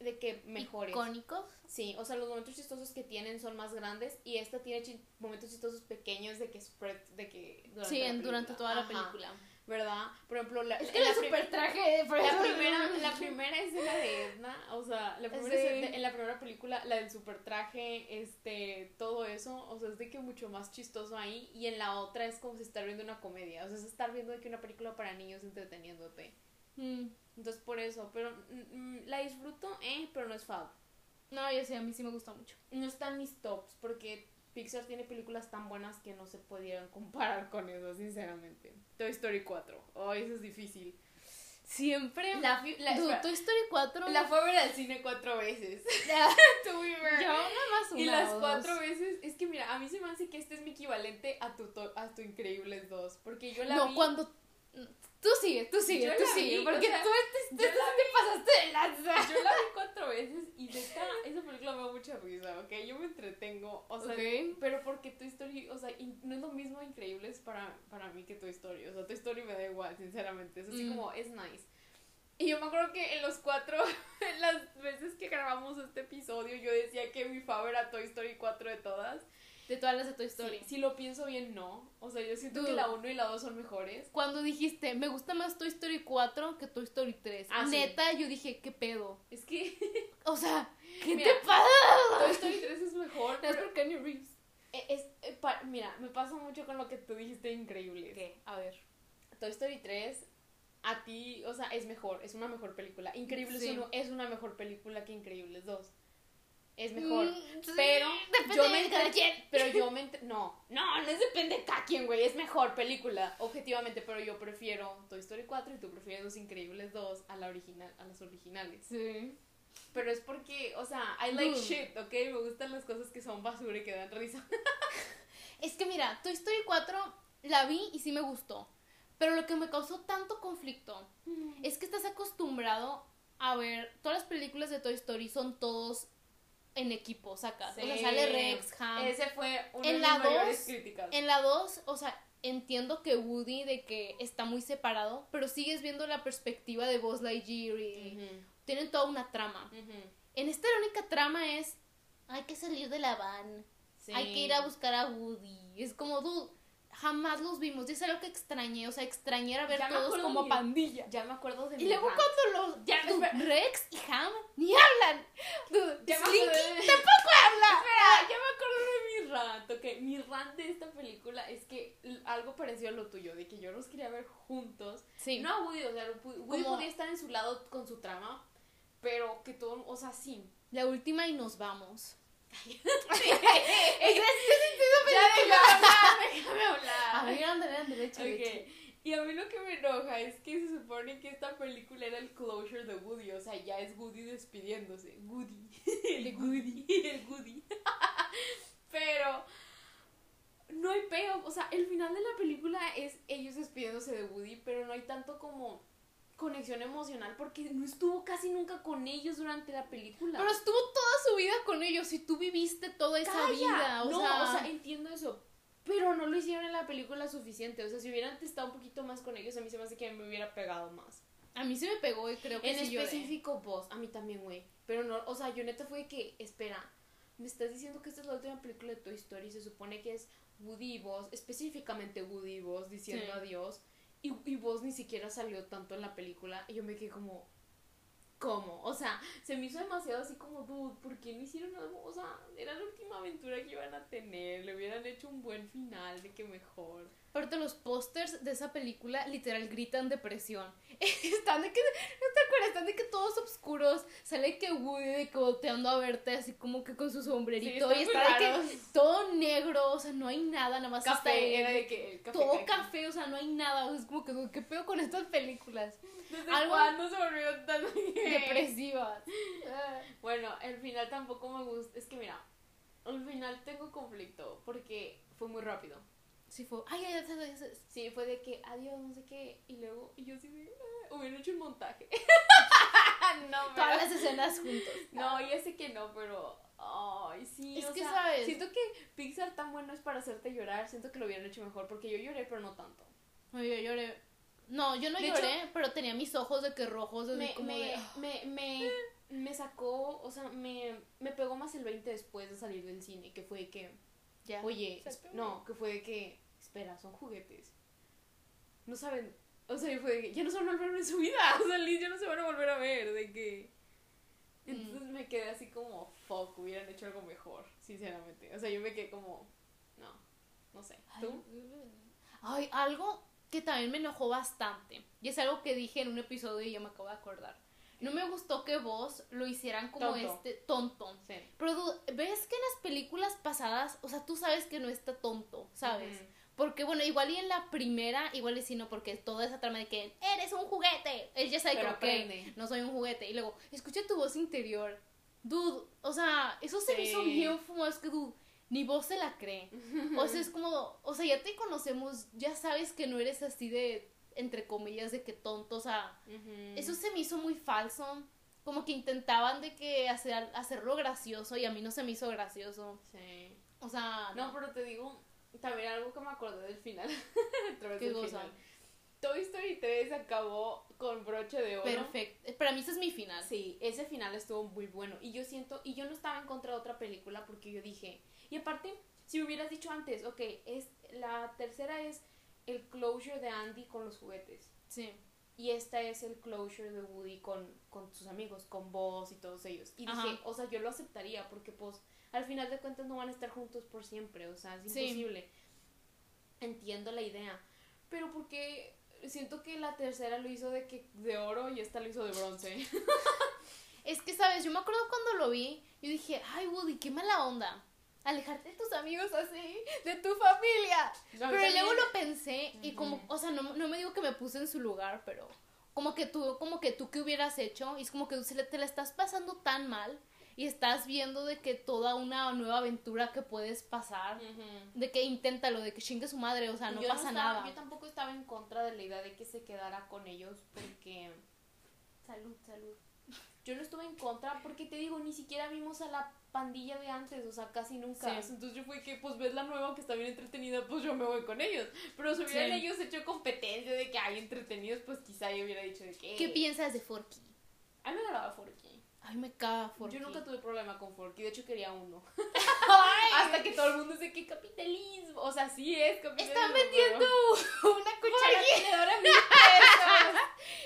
de que mejores.
¿Icónicos?
Sí, o sea, los momentos chistosos que tienen son más grandes y esta tiene chi- momentos chistosos pequeños de que spread de que
sí, en-
la película.
durante toda la
Ajá,
película.
¿Verdad? Por ejemplo, la
Es que
en
el
la prim-
super traje, por
la
eso-
primera, *laughs* la primera escena de Edna, o sea, la primera
Sí.
escena- en la primera película, la del super traje, este, todo eso, o sea, es de que mucho más chistoso ahí, y en la otra es como si estar viendo una comedia, o sea, es estar viendo de que una película para niños entreteniéndote.
Mm.
Entonces, por eso, pero mm, mm, la disfruto, eh, pero no es fab.
No, yo sé, a mí sí me gusta mucho.
No están mis tops, porque Pixar tiene películas tan buenas que no se pudieran comparar con eso, sinceramente. Toy Story 4, oh, eso es difícil.
Siempre. La,
La, fi- la, espera,
Toy Story 4.
la
*laughs*
fue a ver al cine cuatro veces. *laughs* To be fair. *laughs*
yo nada más una
Y las
o dos.
cuatro veces, es que mira, a mí se me hace que este es mi equivalente a tu, to- a tu Increíbles 2, porque yo la
no,
vi...
cuando. Tú sigue, tú sigue,
Yo
tú
la
sigue.
vi,
porque
o sea,
tú este-
yo
este-
la
te pasaste de lanza.
Yo la vi cuatro veces y neta, esa película me da mucha risa, ¿ok? Yo me entretengo, o sea,
Ok.
pero porque tu historia, o sea, in- no es lo mismo Increíbles para, para mí que tu historia, o sea, tu historia me da igual, sinceramente, es así
Mm.
como, es nice. Y yo me acuerdo que en los cuatro, *laughs* en las veces que grabamos este episodio, yo decía que mi favor era Toy Story 4 de todas.
De todas las de Toy
Sí,
Story.
si lo pienso bien, no. O sea, yo siento que
Dude.
la 1 y la 2 son mejores.
Cuando dijiste, me gusta más Toy Story 4 que Toy Story 3.
Ah, sí.
Neta, yo dije, ¿qué pedo?
Es que *laughs*
O sea, ¿qué
Mira,
te pasa?
Toy Story 3 es
*laughs*
mejor,
Es
pero
por Kenny Reeves.
eh, es, eh, pa- mira, me pasa mucho con lo que tú dijiste increíble.
A ver.
Toy Story 3 a ti, o sea, es mejor, es una mejor película. Increíbles
Sí.
1 es una mejor película que Increíbles 2. Es mejor.
Mm, sí,
pero
depende
yo me
de cada
entre-
quien.
Pero
*laughs*
yo me entre- no, no, no es depende de cada quien, güey, es mejor película, objetivamente, pero yo prefiero Toy Story 4 y tú prefieres Los Increíbles 2 a la original, a las originales.
Sí.
Pero es porque, o sea, I like
Dude.
shit, ¿ok? Me gustan las cosas que son basura y que dan
*laughs*
risa.
Es que mira, Toy Story 4 la vi y sí me gustó. Pero lo que me causó tanto conflicto es que estás acostumbrado a ver todas las películas de Toy Story son todos en equipo, sacas. O sea,
Sí.
sale Rex, Ham.
Ese fue una de
En
mis
la
mayores
dos,
críticas.
En la 2, o sea, entiendo que Woody de que está muy separado, pero sigues viendo la perspectiva de Buzz Lightyear y
Ujú,
tienen toda una trama.
ujú.
En esta la única trama es hay que salir de la van,
Sí.
hay que ir a buscar a Woody. Es como, dude, jamás los vimos. Y es algo que extrañé, o sea, extrañé a ver
Ya me
todos
acuerdo
como
de mi-
pandilla.
Ya me acuerdo de
Y
mi
luego
van.
cuando los...
Ya,
dude,
espera.
Rex y Ham ni hablan. Dude,
Ya me
Slinky
acordé de-
tampoco habla.
*laughs* Espera, ya me acordé de mi rant, ok. Mi rant de esta película es que l- algo parecido a lo tuyo, de que yo los quería ver juntos.
Sí.
No a Woody, o sea, Woody
Como-
podía estar en su lado con su trama, pero que todo, o sea, sí.
*laughs* La última y nos vamos.
Es *laughs*
película.
déjame hablar.
A ver, ándale, ándale,
Ok,
échale, échale.
Y a mí lo que me enoja es que se supone que esta película era el closure de Woody, o sea, ya es Woody despidiéndose. Woody. *laughs* El Woody. *laughs* El Woody. Pero no hay payoff, o sea, el final de la película es ellos despidiéndose de Woody, pero no hay tanto como conexión emocional porque no estuvo casi nunca con ellos durante la película.
Pero estuvo toda su vida con ellos y tú viviste toda esa
Calla.
vida. O
no,
sea,
o sea, entiendo eso. Pero no lo hicieron en la película suficiente. O sea, si hubieran estado un poquito más con ellos, a mí se me hace que me hubiera pegado más.
a mí se me pegó y creo que
en
sí lloré.
específico vos, a mí también, güey. Pero no, o sea, yo neta fue de que, espera, me estás diciendo que esta es la última película de Toy Story. Se supone que es Woody y vos, específicamente Woody y vos, diciendo
Sí.
adiós. Y, y vos ni siquiera salió tanto en la película. Y yo me quedé como, ¿cómo? O sea, se me hizo demasiado así como, dude, ¿por qué no hicieron algo? O sea, era la última aventura que iban a tener. Le hubieran hecho un buen final, de que mejor.
Aparte, los pósters de esa película literal gritan depresión. *laughs* Están de que, no te acuerdas, están de que todos oscuros. Sale que Woody de que volteando a verte así como que con su sombrerito.
Sí,
y
está
está de
muy
que
raro.
todo negro, o sea, no hay nada, nada más está él.
Café, era de que el café.
todo
cae-
café, o sea, no hay nada. O sea, es como que, ¿qué pedo con estas
*laughs*
películas?
¿Desde
Algo-
cuándo se volvieron tan
Depresivas.
Bueno, el final tampoco me gusta. Es que mira, al final tengo conflicto porque fue muy rápido.
Sí, fue. Ay, ay, ay, ay, ay.
Sí, fue de que adiós, no sé qué. Y luego, y yo sí de. ah, Hubiera hecho un montaje. *laughs* no, pero-
Todas las escenas juntas.
No, ya sé que no, pero. Ay, sí.
Es
o
que,
sea,
¿sabes?
Siento que Pixar tan bueno es para hacerte llorar. Siento que lo hubieran hecho mejor porque yo lloré, pero no tanto.
*laughs* No, yo lloré. No, yo no
De
lloré, pero tenía mis ojos de que rojos, así
me,
como
me,
de. "Ah,
me, me, me sacó, o sea, me, me pegó más el 20 después de salir del cine, que fue que,
Ya.
oye,
se
es-
pegó.
no, que fue de que, espera, son juguetes. No saben, o sea, yo fue de que, ya no se van a volver a ver en su vida, *laughs* o sea, Liz, ya no se van a volver a ver, de que...
Mm.
Entonces me quedé así como, fuck, hubieran hecho algo mejor, sinceramente. O sea, yo me quedé como, no, no sé,
Ay,
¿tú?
Ay, algo que también me enojó bastante. Y es algo que dije en un episodio y ya me acabo de acordar. No me gustó que vos lo hicieran como
Tonto.
este tonto.
Sí.
Pero du- ves que en las películas pasadas, o sea, tú sabes que no está tonto, ¿sabes?
Ujú.
Porque bueno, igual y en la primera, igual y si no, porque toda esa trama de que eres un juguete. Él ya sabe
Pero
como que
aprende.
no soy un juguete. Y luego, escucha tu voz interior. Dude, o sea, eso se me hizo
Sí.
bien fumado. Es que, dude, ni vos se la cree. O sea, es como, o sea, ya te conocemos, ya sabes que no eres así de, entre comillas, de que tonto. O sea,
Ujú.
eso se me hizo muy falso. Como que intentaban de que hacer, hacerlo gracioso y a mí no se me hizo gracioso.
Sí.
O sea,
No, pero te digo también algo que me acordé del final. *laughs* Otra vez
Qué
del
cosa.
final. Toy Story 3 acabó con broche de oro.
perfecto. Eh, Para mí ese es mi final.
Sí, ese final estuvo muy bueno. Y yo siento, y yo no estaba en contra de otra película porque yo dije, y aparte, si hubieras dicho antes, ok, es, la tercera es el closure de Andy con los juguetes.
Sí.
Y esta es el closure de Woody con, con sus amigos, con vos y todos ellos. Y
Ajá.
dije, o sea, yo lo aceptaría porque pues al final de cuentas no van a estar juntos por siempre, o sea, es
Sí.
imposible. Entiendo la idea, pero porque siento que la tercera lo hizo de que de oro y esta lo hizo de bronce. *laughs*
Es que, ¿sabes? Yo me acuerdo cuando lo vi, yo dije, ay, Woody, qué mala onda. Alejarte de tus amigos así, de tu familia. Pero luego lo pensé y como,
Ujú.
o sea, no, no me digo que me puse en su lugar, pero como que tú, como que tú qué hubieras hecho y es como que tú se le- te la estás pasando tan mal y estás viendo de que toda una nueva aventura que puedes pasar,
Ujú.
de que inténtalo, de que chingue su madre, o sea, no
Yo
pasa
estaba-
nada.
Yo tampoco estaba en contra de la idea de que se quedara con ellos porque
Salud, salud.
yo no estuve en contra porque te digo, ni siquiera vimos a la pandilla de antes, o sea, casi nunca.
Sí.
Entonces yo fue que, pues ves la nueva que está bien entretenida, pues yo me voy con ellos. Pero si hubieran
Sí.
ellos hecho competencia de que hay entretenidos, pues quizá yo hubiera dicho de que...
¿Qué piensas de Forky?
A mí me agradaba Forky.
Ay, me caga Forky.
Yo nunca tuve problema con Forky, de hecho quería uno. *laughs*
Ay,
Hasta que todo el mundo dice que capitalismo. O sea, sí es capitalismo.
Están metiendo *laughs*
pero-
una cuchara
Forky.
tenedora
*laughs*
mil pesos.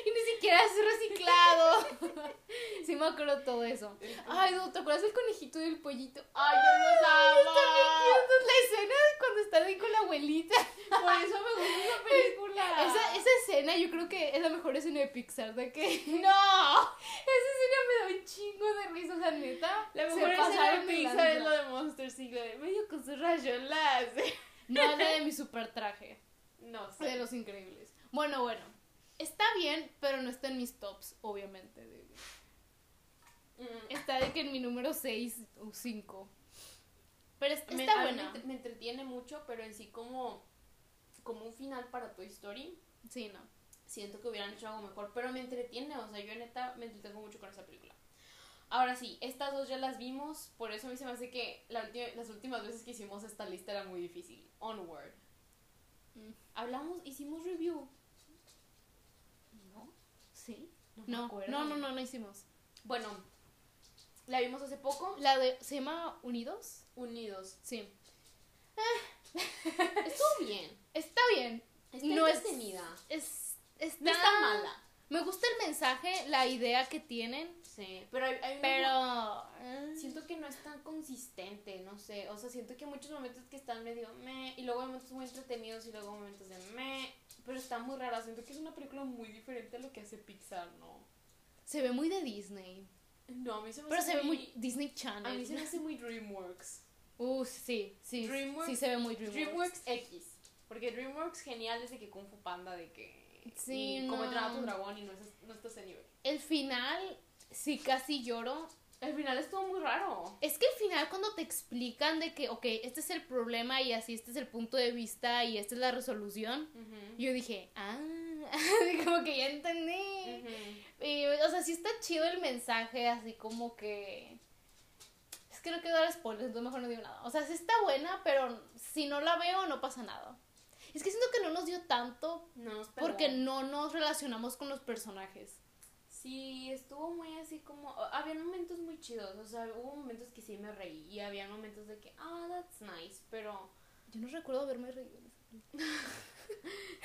Y ni siquiera es reciclado. *laughs* Sí me acuerdo todo eso. Ay, no, ¿te acuerdas del conejito y del pollito?
Ay, yo los
Ay,
amo.
está bien cute. La escena de cuando están ahí con la abuelita.
Por eso me gusta esa película.
*laughs* Esa, esa escena yo creo que es la mejor escena de Pixar, ¿de *laughs* que
No.
Esa escena me da un chingo de risa, o sea, neta.
La
se
mejor escena
pasaron
de Pixar
lanza.
es la de Monster Inc. la de Medio con sus rayos láser.
No, la de mi super traje.
*laughs* No sé.
De los increíbles. Bueno, bueno. Está bien, pero no está en mis tops, obviamente. de-
Mm.
Está de que en mi número 6 o 5. Pero es-
Me-
está
a mí
buena.
Me, entre- me entretiene mucho, pero en sí como, como un final para Toy Story,
Sí, no.
siento que hubieran hecho algo mejor, pero me entretiene, o sea, yo neta me entretengo mucho con esa película. Ahora sí, estas dos ya las vimos, por eso a mí se me hace que la ulti- las últimas veces que hicimos esta lista era muy difícil. Onward.
Mm.
Hablamos, hicimos review.
¿No? ¿Sí?
me
No,
acuerdo.
no, no, no, no hicimos.
Bueno, la vimos hace poco,
La de. ¿Se llama Unidos? *laughs*
Unidos.
Sí.
Estuvo bien.
Está bien.
Está
No es-
entretenida.
Es,
No está mala.
Me gusta el mensaje, la idea que tienen,
Sí, pero hay, hay
pero. eh,
Siento que no es tan consistente, no sé. O sea, siento que hay muchos momentos que están medio meh, y luego hay momentos muy entretenidos y luego momentos de meh. Pero está muy rara. Siento que es una película muy diferente a lo que hace Pixar, ¿no?
Se ve muy de Disney.
No, a mí se me
Pero
hace
se ve muy
muy.
Disney
A mí se me
Channel.
hace muy Dreamworks.
Uh, sí, sí.
DreamWorks-
Sí, se ve muy DreamWorks.
Dreamworks X. Porque Dreamworks genial desde que Kung Fu Panda, de que.
Sí,
y Como
no.
entrenar a tu dragón y no, es- no está a ese nivel.
El final, sí, casi lloro.
El final estuvo muy raro.
Es que al final cuando te explican de que, ok, este es el problema y así, este es el punto de vista y esta es la resolución,
Ujú.
yo dije, ah, *laughs* como que ya entendí.
Ujú.
Y, o sea, sí está chido el mensaje, así como que... Es que no quiero dar spoilers, entonces mejor no digo nada. O sea, sí está buena, pero si no la veo no pasa nada. Es que siento que no nos dio tanto
No, espera.
porque no nos relacionamos con los personajes.
Sí, estuvo muy así como... Había momentos muy chidos, o sea, hubo momentos que sí me reí y había momentos de que, ah, that's nice, pero...
Yo no recuerdo haberme reído.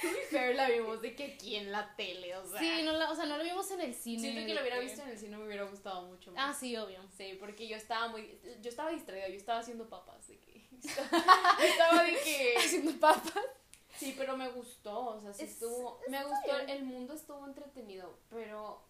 To be fair, la vimos de que aquí en la tele, o sea...
Sí, no la, o sea, no la vimos en el cine.
Siento que
de
lo hubiera visto en el cine me hubiera gustado mucho
Ah,
más.
sí,
*laughs*
obvio.
Sí, porque yo estaba muy... Yo estaba distraída, yo estaba haciendo papas, de que... *laughs*
*laughs*
estaba de que...
Haciendo papas.
Sí, pero me gustó, o sea, sí
Es-
estuvo... Me gustó,
bien.
el mundo estuvo entretenido, pero...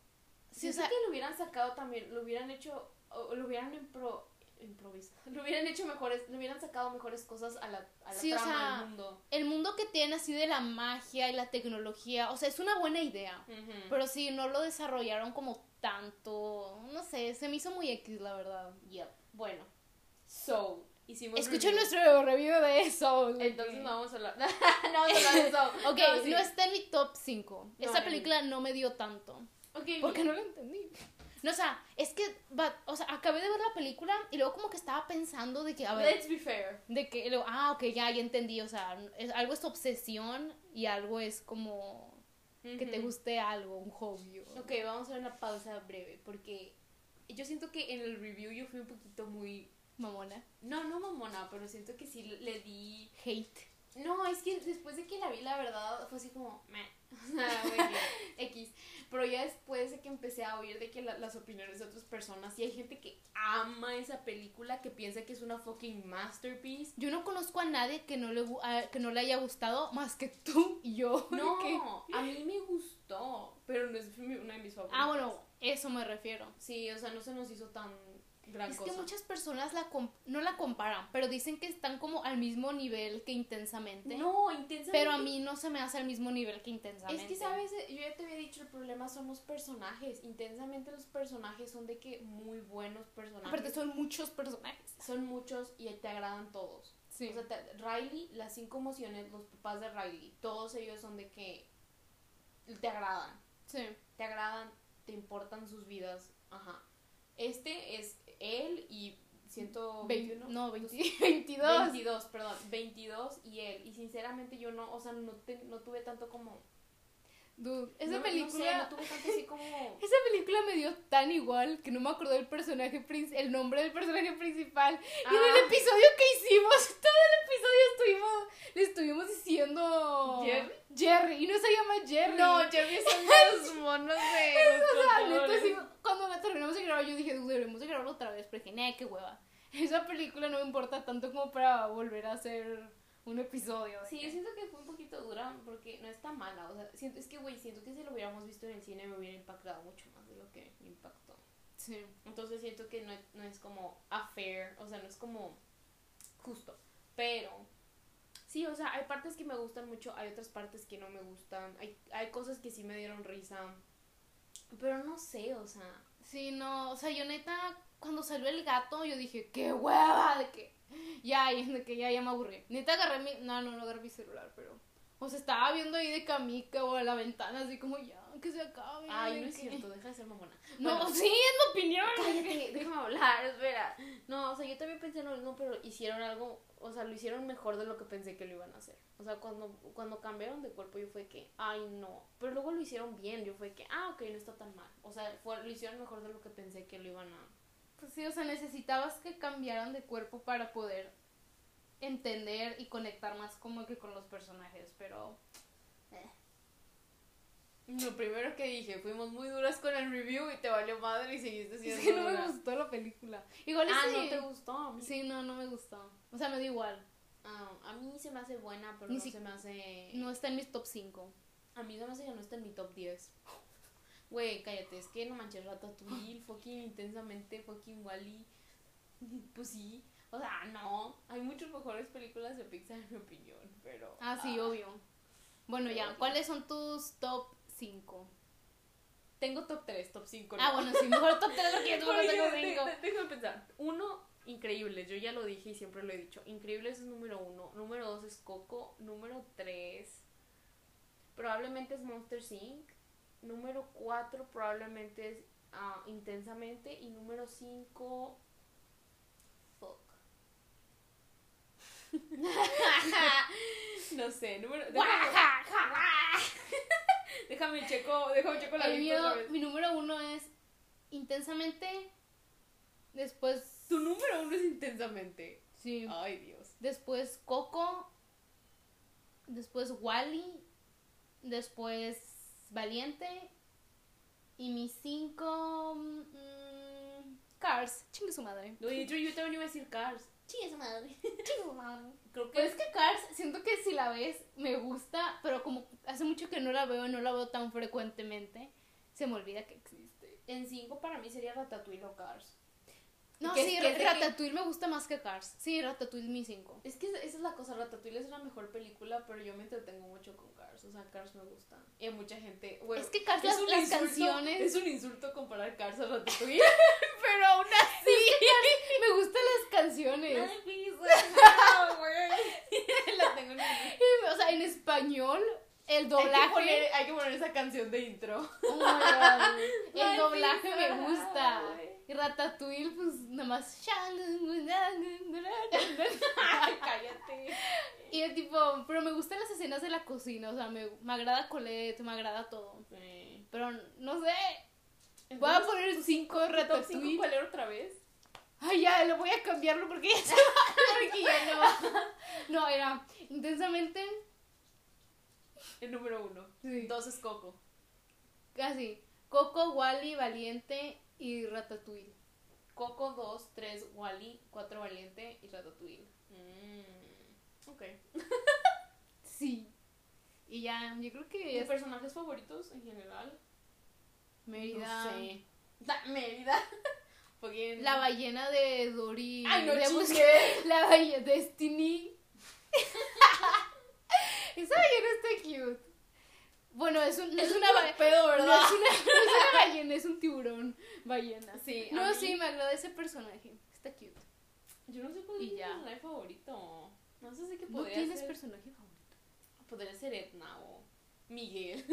Sí, o
siento
sea,
que lo hubieran sacado también, lo hubieran hecho, o lo hubieran impro, improvisado, *laughs* lo hubieran hecho mejores, lo hubieran sacado mejores cosas a la, a la
Sí, o
trama
sea,
del mundo.
el mundo que tiene así de la magia y la tecnología, o sea, es una buena idea. Pero sí, no lo desarrollaron como tanto. No sé, se me hizo muy X, la verdad.
Yep. Bueno, so, hicimos
Escuchen
review.
nuestro review de eso. güey.
Entonces no vamos a hablar, *laughs* no vamos a hablar de
*laughs*
so.
Ok,
No,
no,
sí.
está en mi top 5.
No,
Esta
no,
película no me dio tanto.
Ok,
Porque no
mira.
lo entendí. No, o sea, es que, but- o sea, acabé de ver la película y luego como que estaba pensando de que, a ver,
Let's be fair.
De que, lo- ah, ok, ya, ya entendí, o sea, es- algo es obsesión y algo es como que te
Ujú.
guste algo, un hobby. o-
Ok, vamos a hacer una pausa breve, porque yo siento que en el review yo fui un poquito muy...
Mamona,
No, no mamona, pero siento que sí le di...
hate.
No, es que después de que la vi, la verdad, fue así como, meh, *laughs* o sea,
*laughs*
güey, X. Pero ya después de que empecé a oír de que la- las opiniones de otras personas, y hay gente que ama esa película, que piensa que es una fucking masterpiece.
Yo no conozco a nadie que no le, gu- a- que no le haya gustado más que tú y yo. *laughs*
No,
que-
a mí me gustó, pero no es mi- una de mis favoritas.
Ah, bueno, eso me refiero.
Sí, o sea, no se nos hizo tan gran
es
cosa.
que muchas personas la comp- no la comparan, pero dicen que están como al mismo nivel que intensamente.
No, intensamente.
Pero a mí no se me hace al mismo nivel que
Es
intensamente.
que, ¿sabes? Yo ya te había dicho, el problema son los personajes. Intensamente los personajes son de que muy buenos personajes.
Aparte son muchos personajes.
son muchos y te agradan todos.
Sí.
O sea, te- Riley, las cinco emociones, los papás de Riley, todos ellos son de que te agradan,
sí.
te agradan, te importan sus vidas. Ajá. Este es él y ciento
Vein-
veintiuno,
no, 20 *laughs* 22.
22, perdón, 22 y él. Y sinceramente yo no, o sea, no, te- no tuve tanto como...
Dude, esa
No,
película.
No, sé, no tuvo tanto así como.
Esa película me dio tan igual que no me acordé del personaje princi- el nombre del personaje principal. Y en
Ah.
el episodio que hicimos, *laughs* todo el episodio estuvimos, le estuvimos diciendo
¿Jerry?
Jerry, y no se llama Jerry.
No, Jerry
*laughs*
son los monos de. los
O sea, neta,
controles.
sí, cuando la terminamos de grabar yo dije, "Dude, deberíamos de grabarlo otra vez, pero dije, "Nah, qué hueva. *laughs* Esa película no me importa tanto como para volver a hacer un episodio. de
Sí,
que-
yo siento que fue un poquito dura porque no está mala. O sea, siento, es que, güey, siento que si lo hubiéramos visto en el cine me hubiera impactado mucho más de lo que me impactó.
sí.
Entonces siento que no, no es como a fair, o sea, no es como justo. Pero sí, o sea, hay partes que me gustan mucho, hay otras partes que no me gustan. Hay, hay cosas que sí me dieron risa. Pero no sé, o sea.
Sí, no, o sea, yo neta, cuando salió el gato, yo dije, qué hueva, de que ya, y de que ya, ya me aburrí. Neta agarré mi, no, no, no agarré mi celular, pero, o sea, estaba viendo ahí de camica o a la ventana, así como ya, que se acabe.
Ay,
de
no es
que-
cierto, deja de ser mamona.
No,
Bueno.
sí, es mi opinión.
Cállate, déjame hablar, espera. No, o sea, yo también pensé en lo mismo, pero hicieron algo, o sea, lo hicieron mejor de lo que pensé que lo iban a hacer. O sea, cuando, cuando cambiaron de cuerpo yo fue que, ay, no. Pero luego lo hicieron bien, yo fue que, ah, ok, no está tan mal. O sea, fue, lo hicieron mejor de lo que pensé que lo iban a...
Pues sí, o sea, necesitabas que cambiaran de cuerpo para poder entender y conectar más como que con los personajes, pero...
Lo primero que dije, fuimos muy duras con el review y te valió madre y seguiste
Es que no me gustó la película. Igual
Ah,
sí.
no te gustó. a mí-
Sí, no, no me gustó. O sea, me da igual.
Ah, a mí se me hace buena, pero
Ni
no
si-
se me hace...
No está en mis top 5.
A mí se me hace que no está en mi top 10. Güey, cállate, es que no manches Ratatouille, fucking intensamente, fucking Wally. *laughs* Pues sí, o sea, no. Hay muchas mejores películas de Pixar en mi opinión, pero.
Ah, sí, obvio. Bueno, ya,
obvio.
¿cuáles son tus top 5?
Tengo top 3, top 5.
Ah, bueno, sí, mejor top 3 porque yo tampoco tengo 5.
Déjame pensar. Uno, increíble, yo ya lo dije y siempre lo he dicho. Increíbles es número uno. Número dos es Coco. Número tres, probablemente es Monster Inc. Número cuatro, probablemente es ah, Intensamente. Y número cinco,
*laughs*
Fuck. no sé, número. *laughs* Déjame, déjame checo, déjame checo la
El
lista
mío,
otra vez.
mi número uno es intensamente. Después.
Tu número uno es Intensamente.
Sí.
Ay, Dios.
Después Coco. Después Wally. Después Valiente. Y mis 5. Cars. Chingue su madre.
No, de hecho, yo también iba a decir Cars.
Chingue su madre. *laughs* Chingue su madre.
Creo que
Pero es que Cars, siento que si la ves, me gusta, pero como hace mucho que no la veo y no la veo tan frecuentemente, se me olvida que existe.
en 5 para mí sería Ratatouille o Cars.
No,
Que-
sí,
que es de
Ratatouille me gusta más que Cars. Sí, Ratatouille mi 5.
Es que esa esa es la cosa, Ratatouille es la mejor película, pero yo me entretengo mucho con Cars. O sea, Cars me gusta. Y a mucha gente. bueno,
es que Cars, las,
un
las
insulto-
canciones.
Es un insulto comparar Cars
*laughs*
a Ratatouille, pero aún así.
Me gustan las canciones.
*laughs* la tengo en mi
Y, o sea, en español, el
hay que,
doblaje.
poner, hay que poner esa canción de
*laughs*
intro.
Oh my God.
Mal
El doblaje me
pensada,
gusta.
güey.
Y Ratatouille, pues nada más.
Ay, cállate.
Y es tipo, pero me gustan las escenas de la cocina, o sea, me, me agrada Colette, me agrada todo.
Sí.
Pero no sé, voy a
Entonces, pues,
poner 5
top 5
Ratatouille.
cuál era otra vez?
Ay, ya, lo voy a cambiarlo porque *laughs* ya se va, porque ya no va. No, era intensamente,
El número 1.
sí,
Dos es Coco.
casi. Coco, Wally, Valiente y Ratatouille.
Coco 2, 3, Wally, 4, Valiente y Ratatouille. Mm. Ok.
Sí. Y ya, yo creo que ya
¿Tus
está.
personajes favoritos en general?
Mérida.
No sé. Da- Mérida. *laughs* Porque
La ballena de Dory.
Ay, no
de
chingues.
La bella Destiny. *laughs* Esa ballena está cute. Bueno, es, un, no es una ballena.
pedo,
No es una,
¿verdad? *laughs*
no es una ballena, es un tiburón ballena.
Sí, a
No,
mí-
sí, me agrada ese personaje. Está cute.
Yo no sé cuál
Y
es mi
ya.
personaje favorito. No sé si que
¿No
podría
tienes
ser.
personaje favorito?
Podría ser Edna o
*laughs*
Miguel.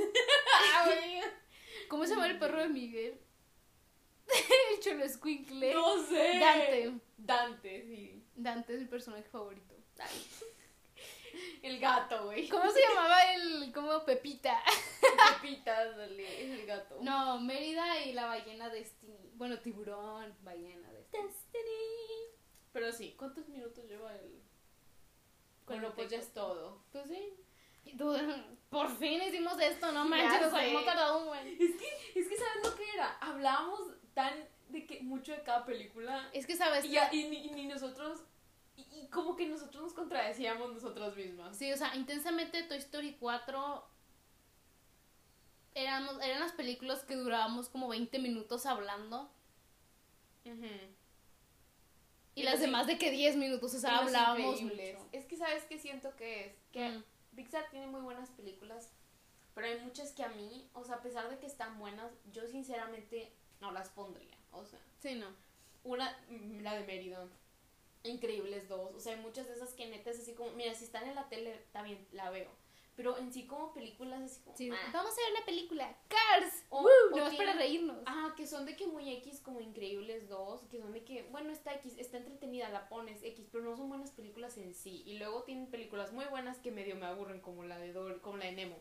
*laughs*
¿Cómo se llama el perro de Miguel? *laughs* el cholo escuincle.
no sé.
Dante.
Dante, sí. *laughs*
Dante es mi personaje favorito.
El gato, güey.
¿Cómo se llamaba el. como Pepita?
Pepitas, el, el gato.
No, Mérida y la ballena Destiny. Bueno, tiburón, ballena Destiny.
Pero sí, ¿cuántos minutos lleva el...? Bueno,
Cuarenta y
pues ya es
cuatro.
todo.
Pues sí. Y tú, *laughs* Por fin hicimos esto, *laughs* no manches,
Ya
nos
sé.
habíamos tardado un buen.
Es que, es que ¿sabes lo que era? Hablábamos tan de que mucho de cada película
Es que sabes.
y, ya- y ni, y ni nosotros... Y, y como que nosotros nos contradecíamos nosotras mismas.
Sí, o sea, intensamente Toy Story 4 éramos, eran las películas que durábamos como 20 minutos hablando y
Y
las
los
demás de que 10 minutos, o
Y
sea,
los
hablábamos
Increíbles.
mucho.
Es que ¿sabes qué siento que es? Que
Mm.
Pixar tiene muy buenas películas, pero hay muchas que a mí, o sea, a pesar de que están buenas, yo sinceramente no las pondría. O sea,
Sí, no.
Una, mm, la de Mérida. Increíbles dos. O sea, hay muchas de esas que neta es así como, mira, si están en la tele, también la veo. Pero en sí como películas así como...
Sí,
ah.
Vamos a ver una película, Cars.
O-
Woo,
o
nomás
tiene-
para reírnos.
Ah, que son de que muy X como Increíbles 2, que son de que, bueno, está X, está entretenida, la pones X, pero no son buenas películas en sí. Y luego tienen películas muy buenas que medio me aburren, como la de Dor como la de Nemo.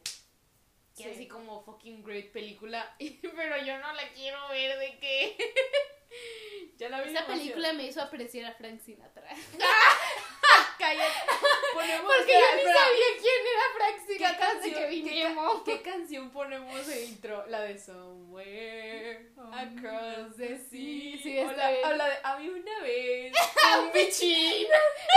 Que
Sí.
es así como fucking great película, *laughs* pero yo no la quiero ver de qué. *laughs* ya la vi
Esta
demasiado.
película me hizo apreciar a Frank Sinatra.
Cállate. Ponemos
Porque
la-
yo ni
espera,
sabía quién era Frank
¿qué
Sinatra desde
canción-
que
qué
*laughs*
ca-
vinimos.
¿Qué canción ponemos de intro? La de Somewhere Across the Sea.
Sí,
o,
está
la,
bien.
o la de Había una
*laughs*
vez un bichín.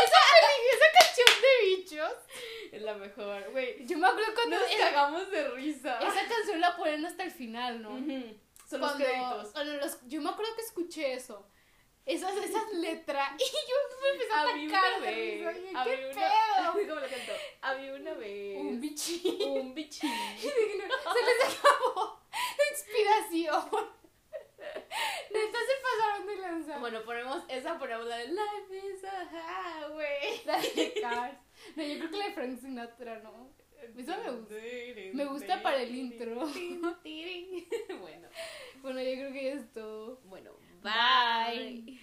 Esa canción de bichos.
*laughs* Es la mejor, güey.
Yo me acuerdo cuando
Nos
esa,
cagamos de risa.
esa canción la ponen hasta el final, ¿no?
*laughs* Ujú. Son los
cuando,
créditos.
cuando los- yo me acuerdo que escuché eso. Esas, esas letras. *laughs* Y yo me empecé a
Había una
atacar de
vez.
risa, dije,
Había
¿Qué
una.
pedo?
*laughs* ¿Cómo la canto? Había una vez.
Un bichín. *laughs*
un bichín.
Se les acabó la inspiración. *laughs* Neta se pasaron de lanza.
Bueno, ponemos esa, ponemos la de Life is a Highway.
La de Cars. No, yo creo que la de Frank Sinatra, ¿no? Esa me gusta. Me gusta para el intro.
bueno,
*laughs* Bueno, yo creo que ya es todo.
bueno,
Bye.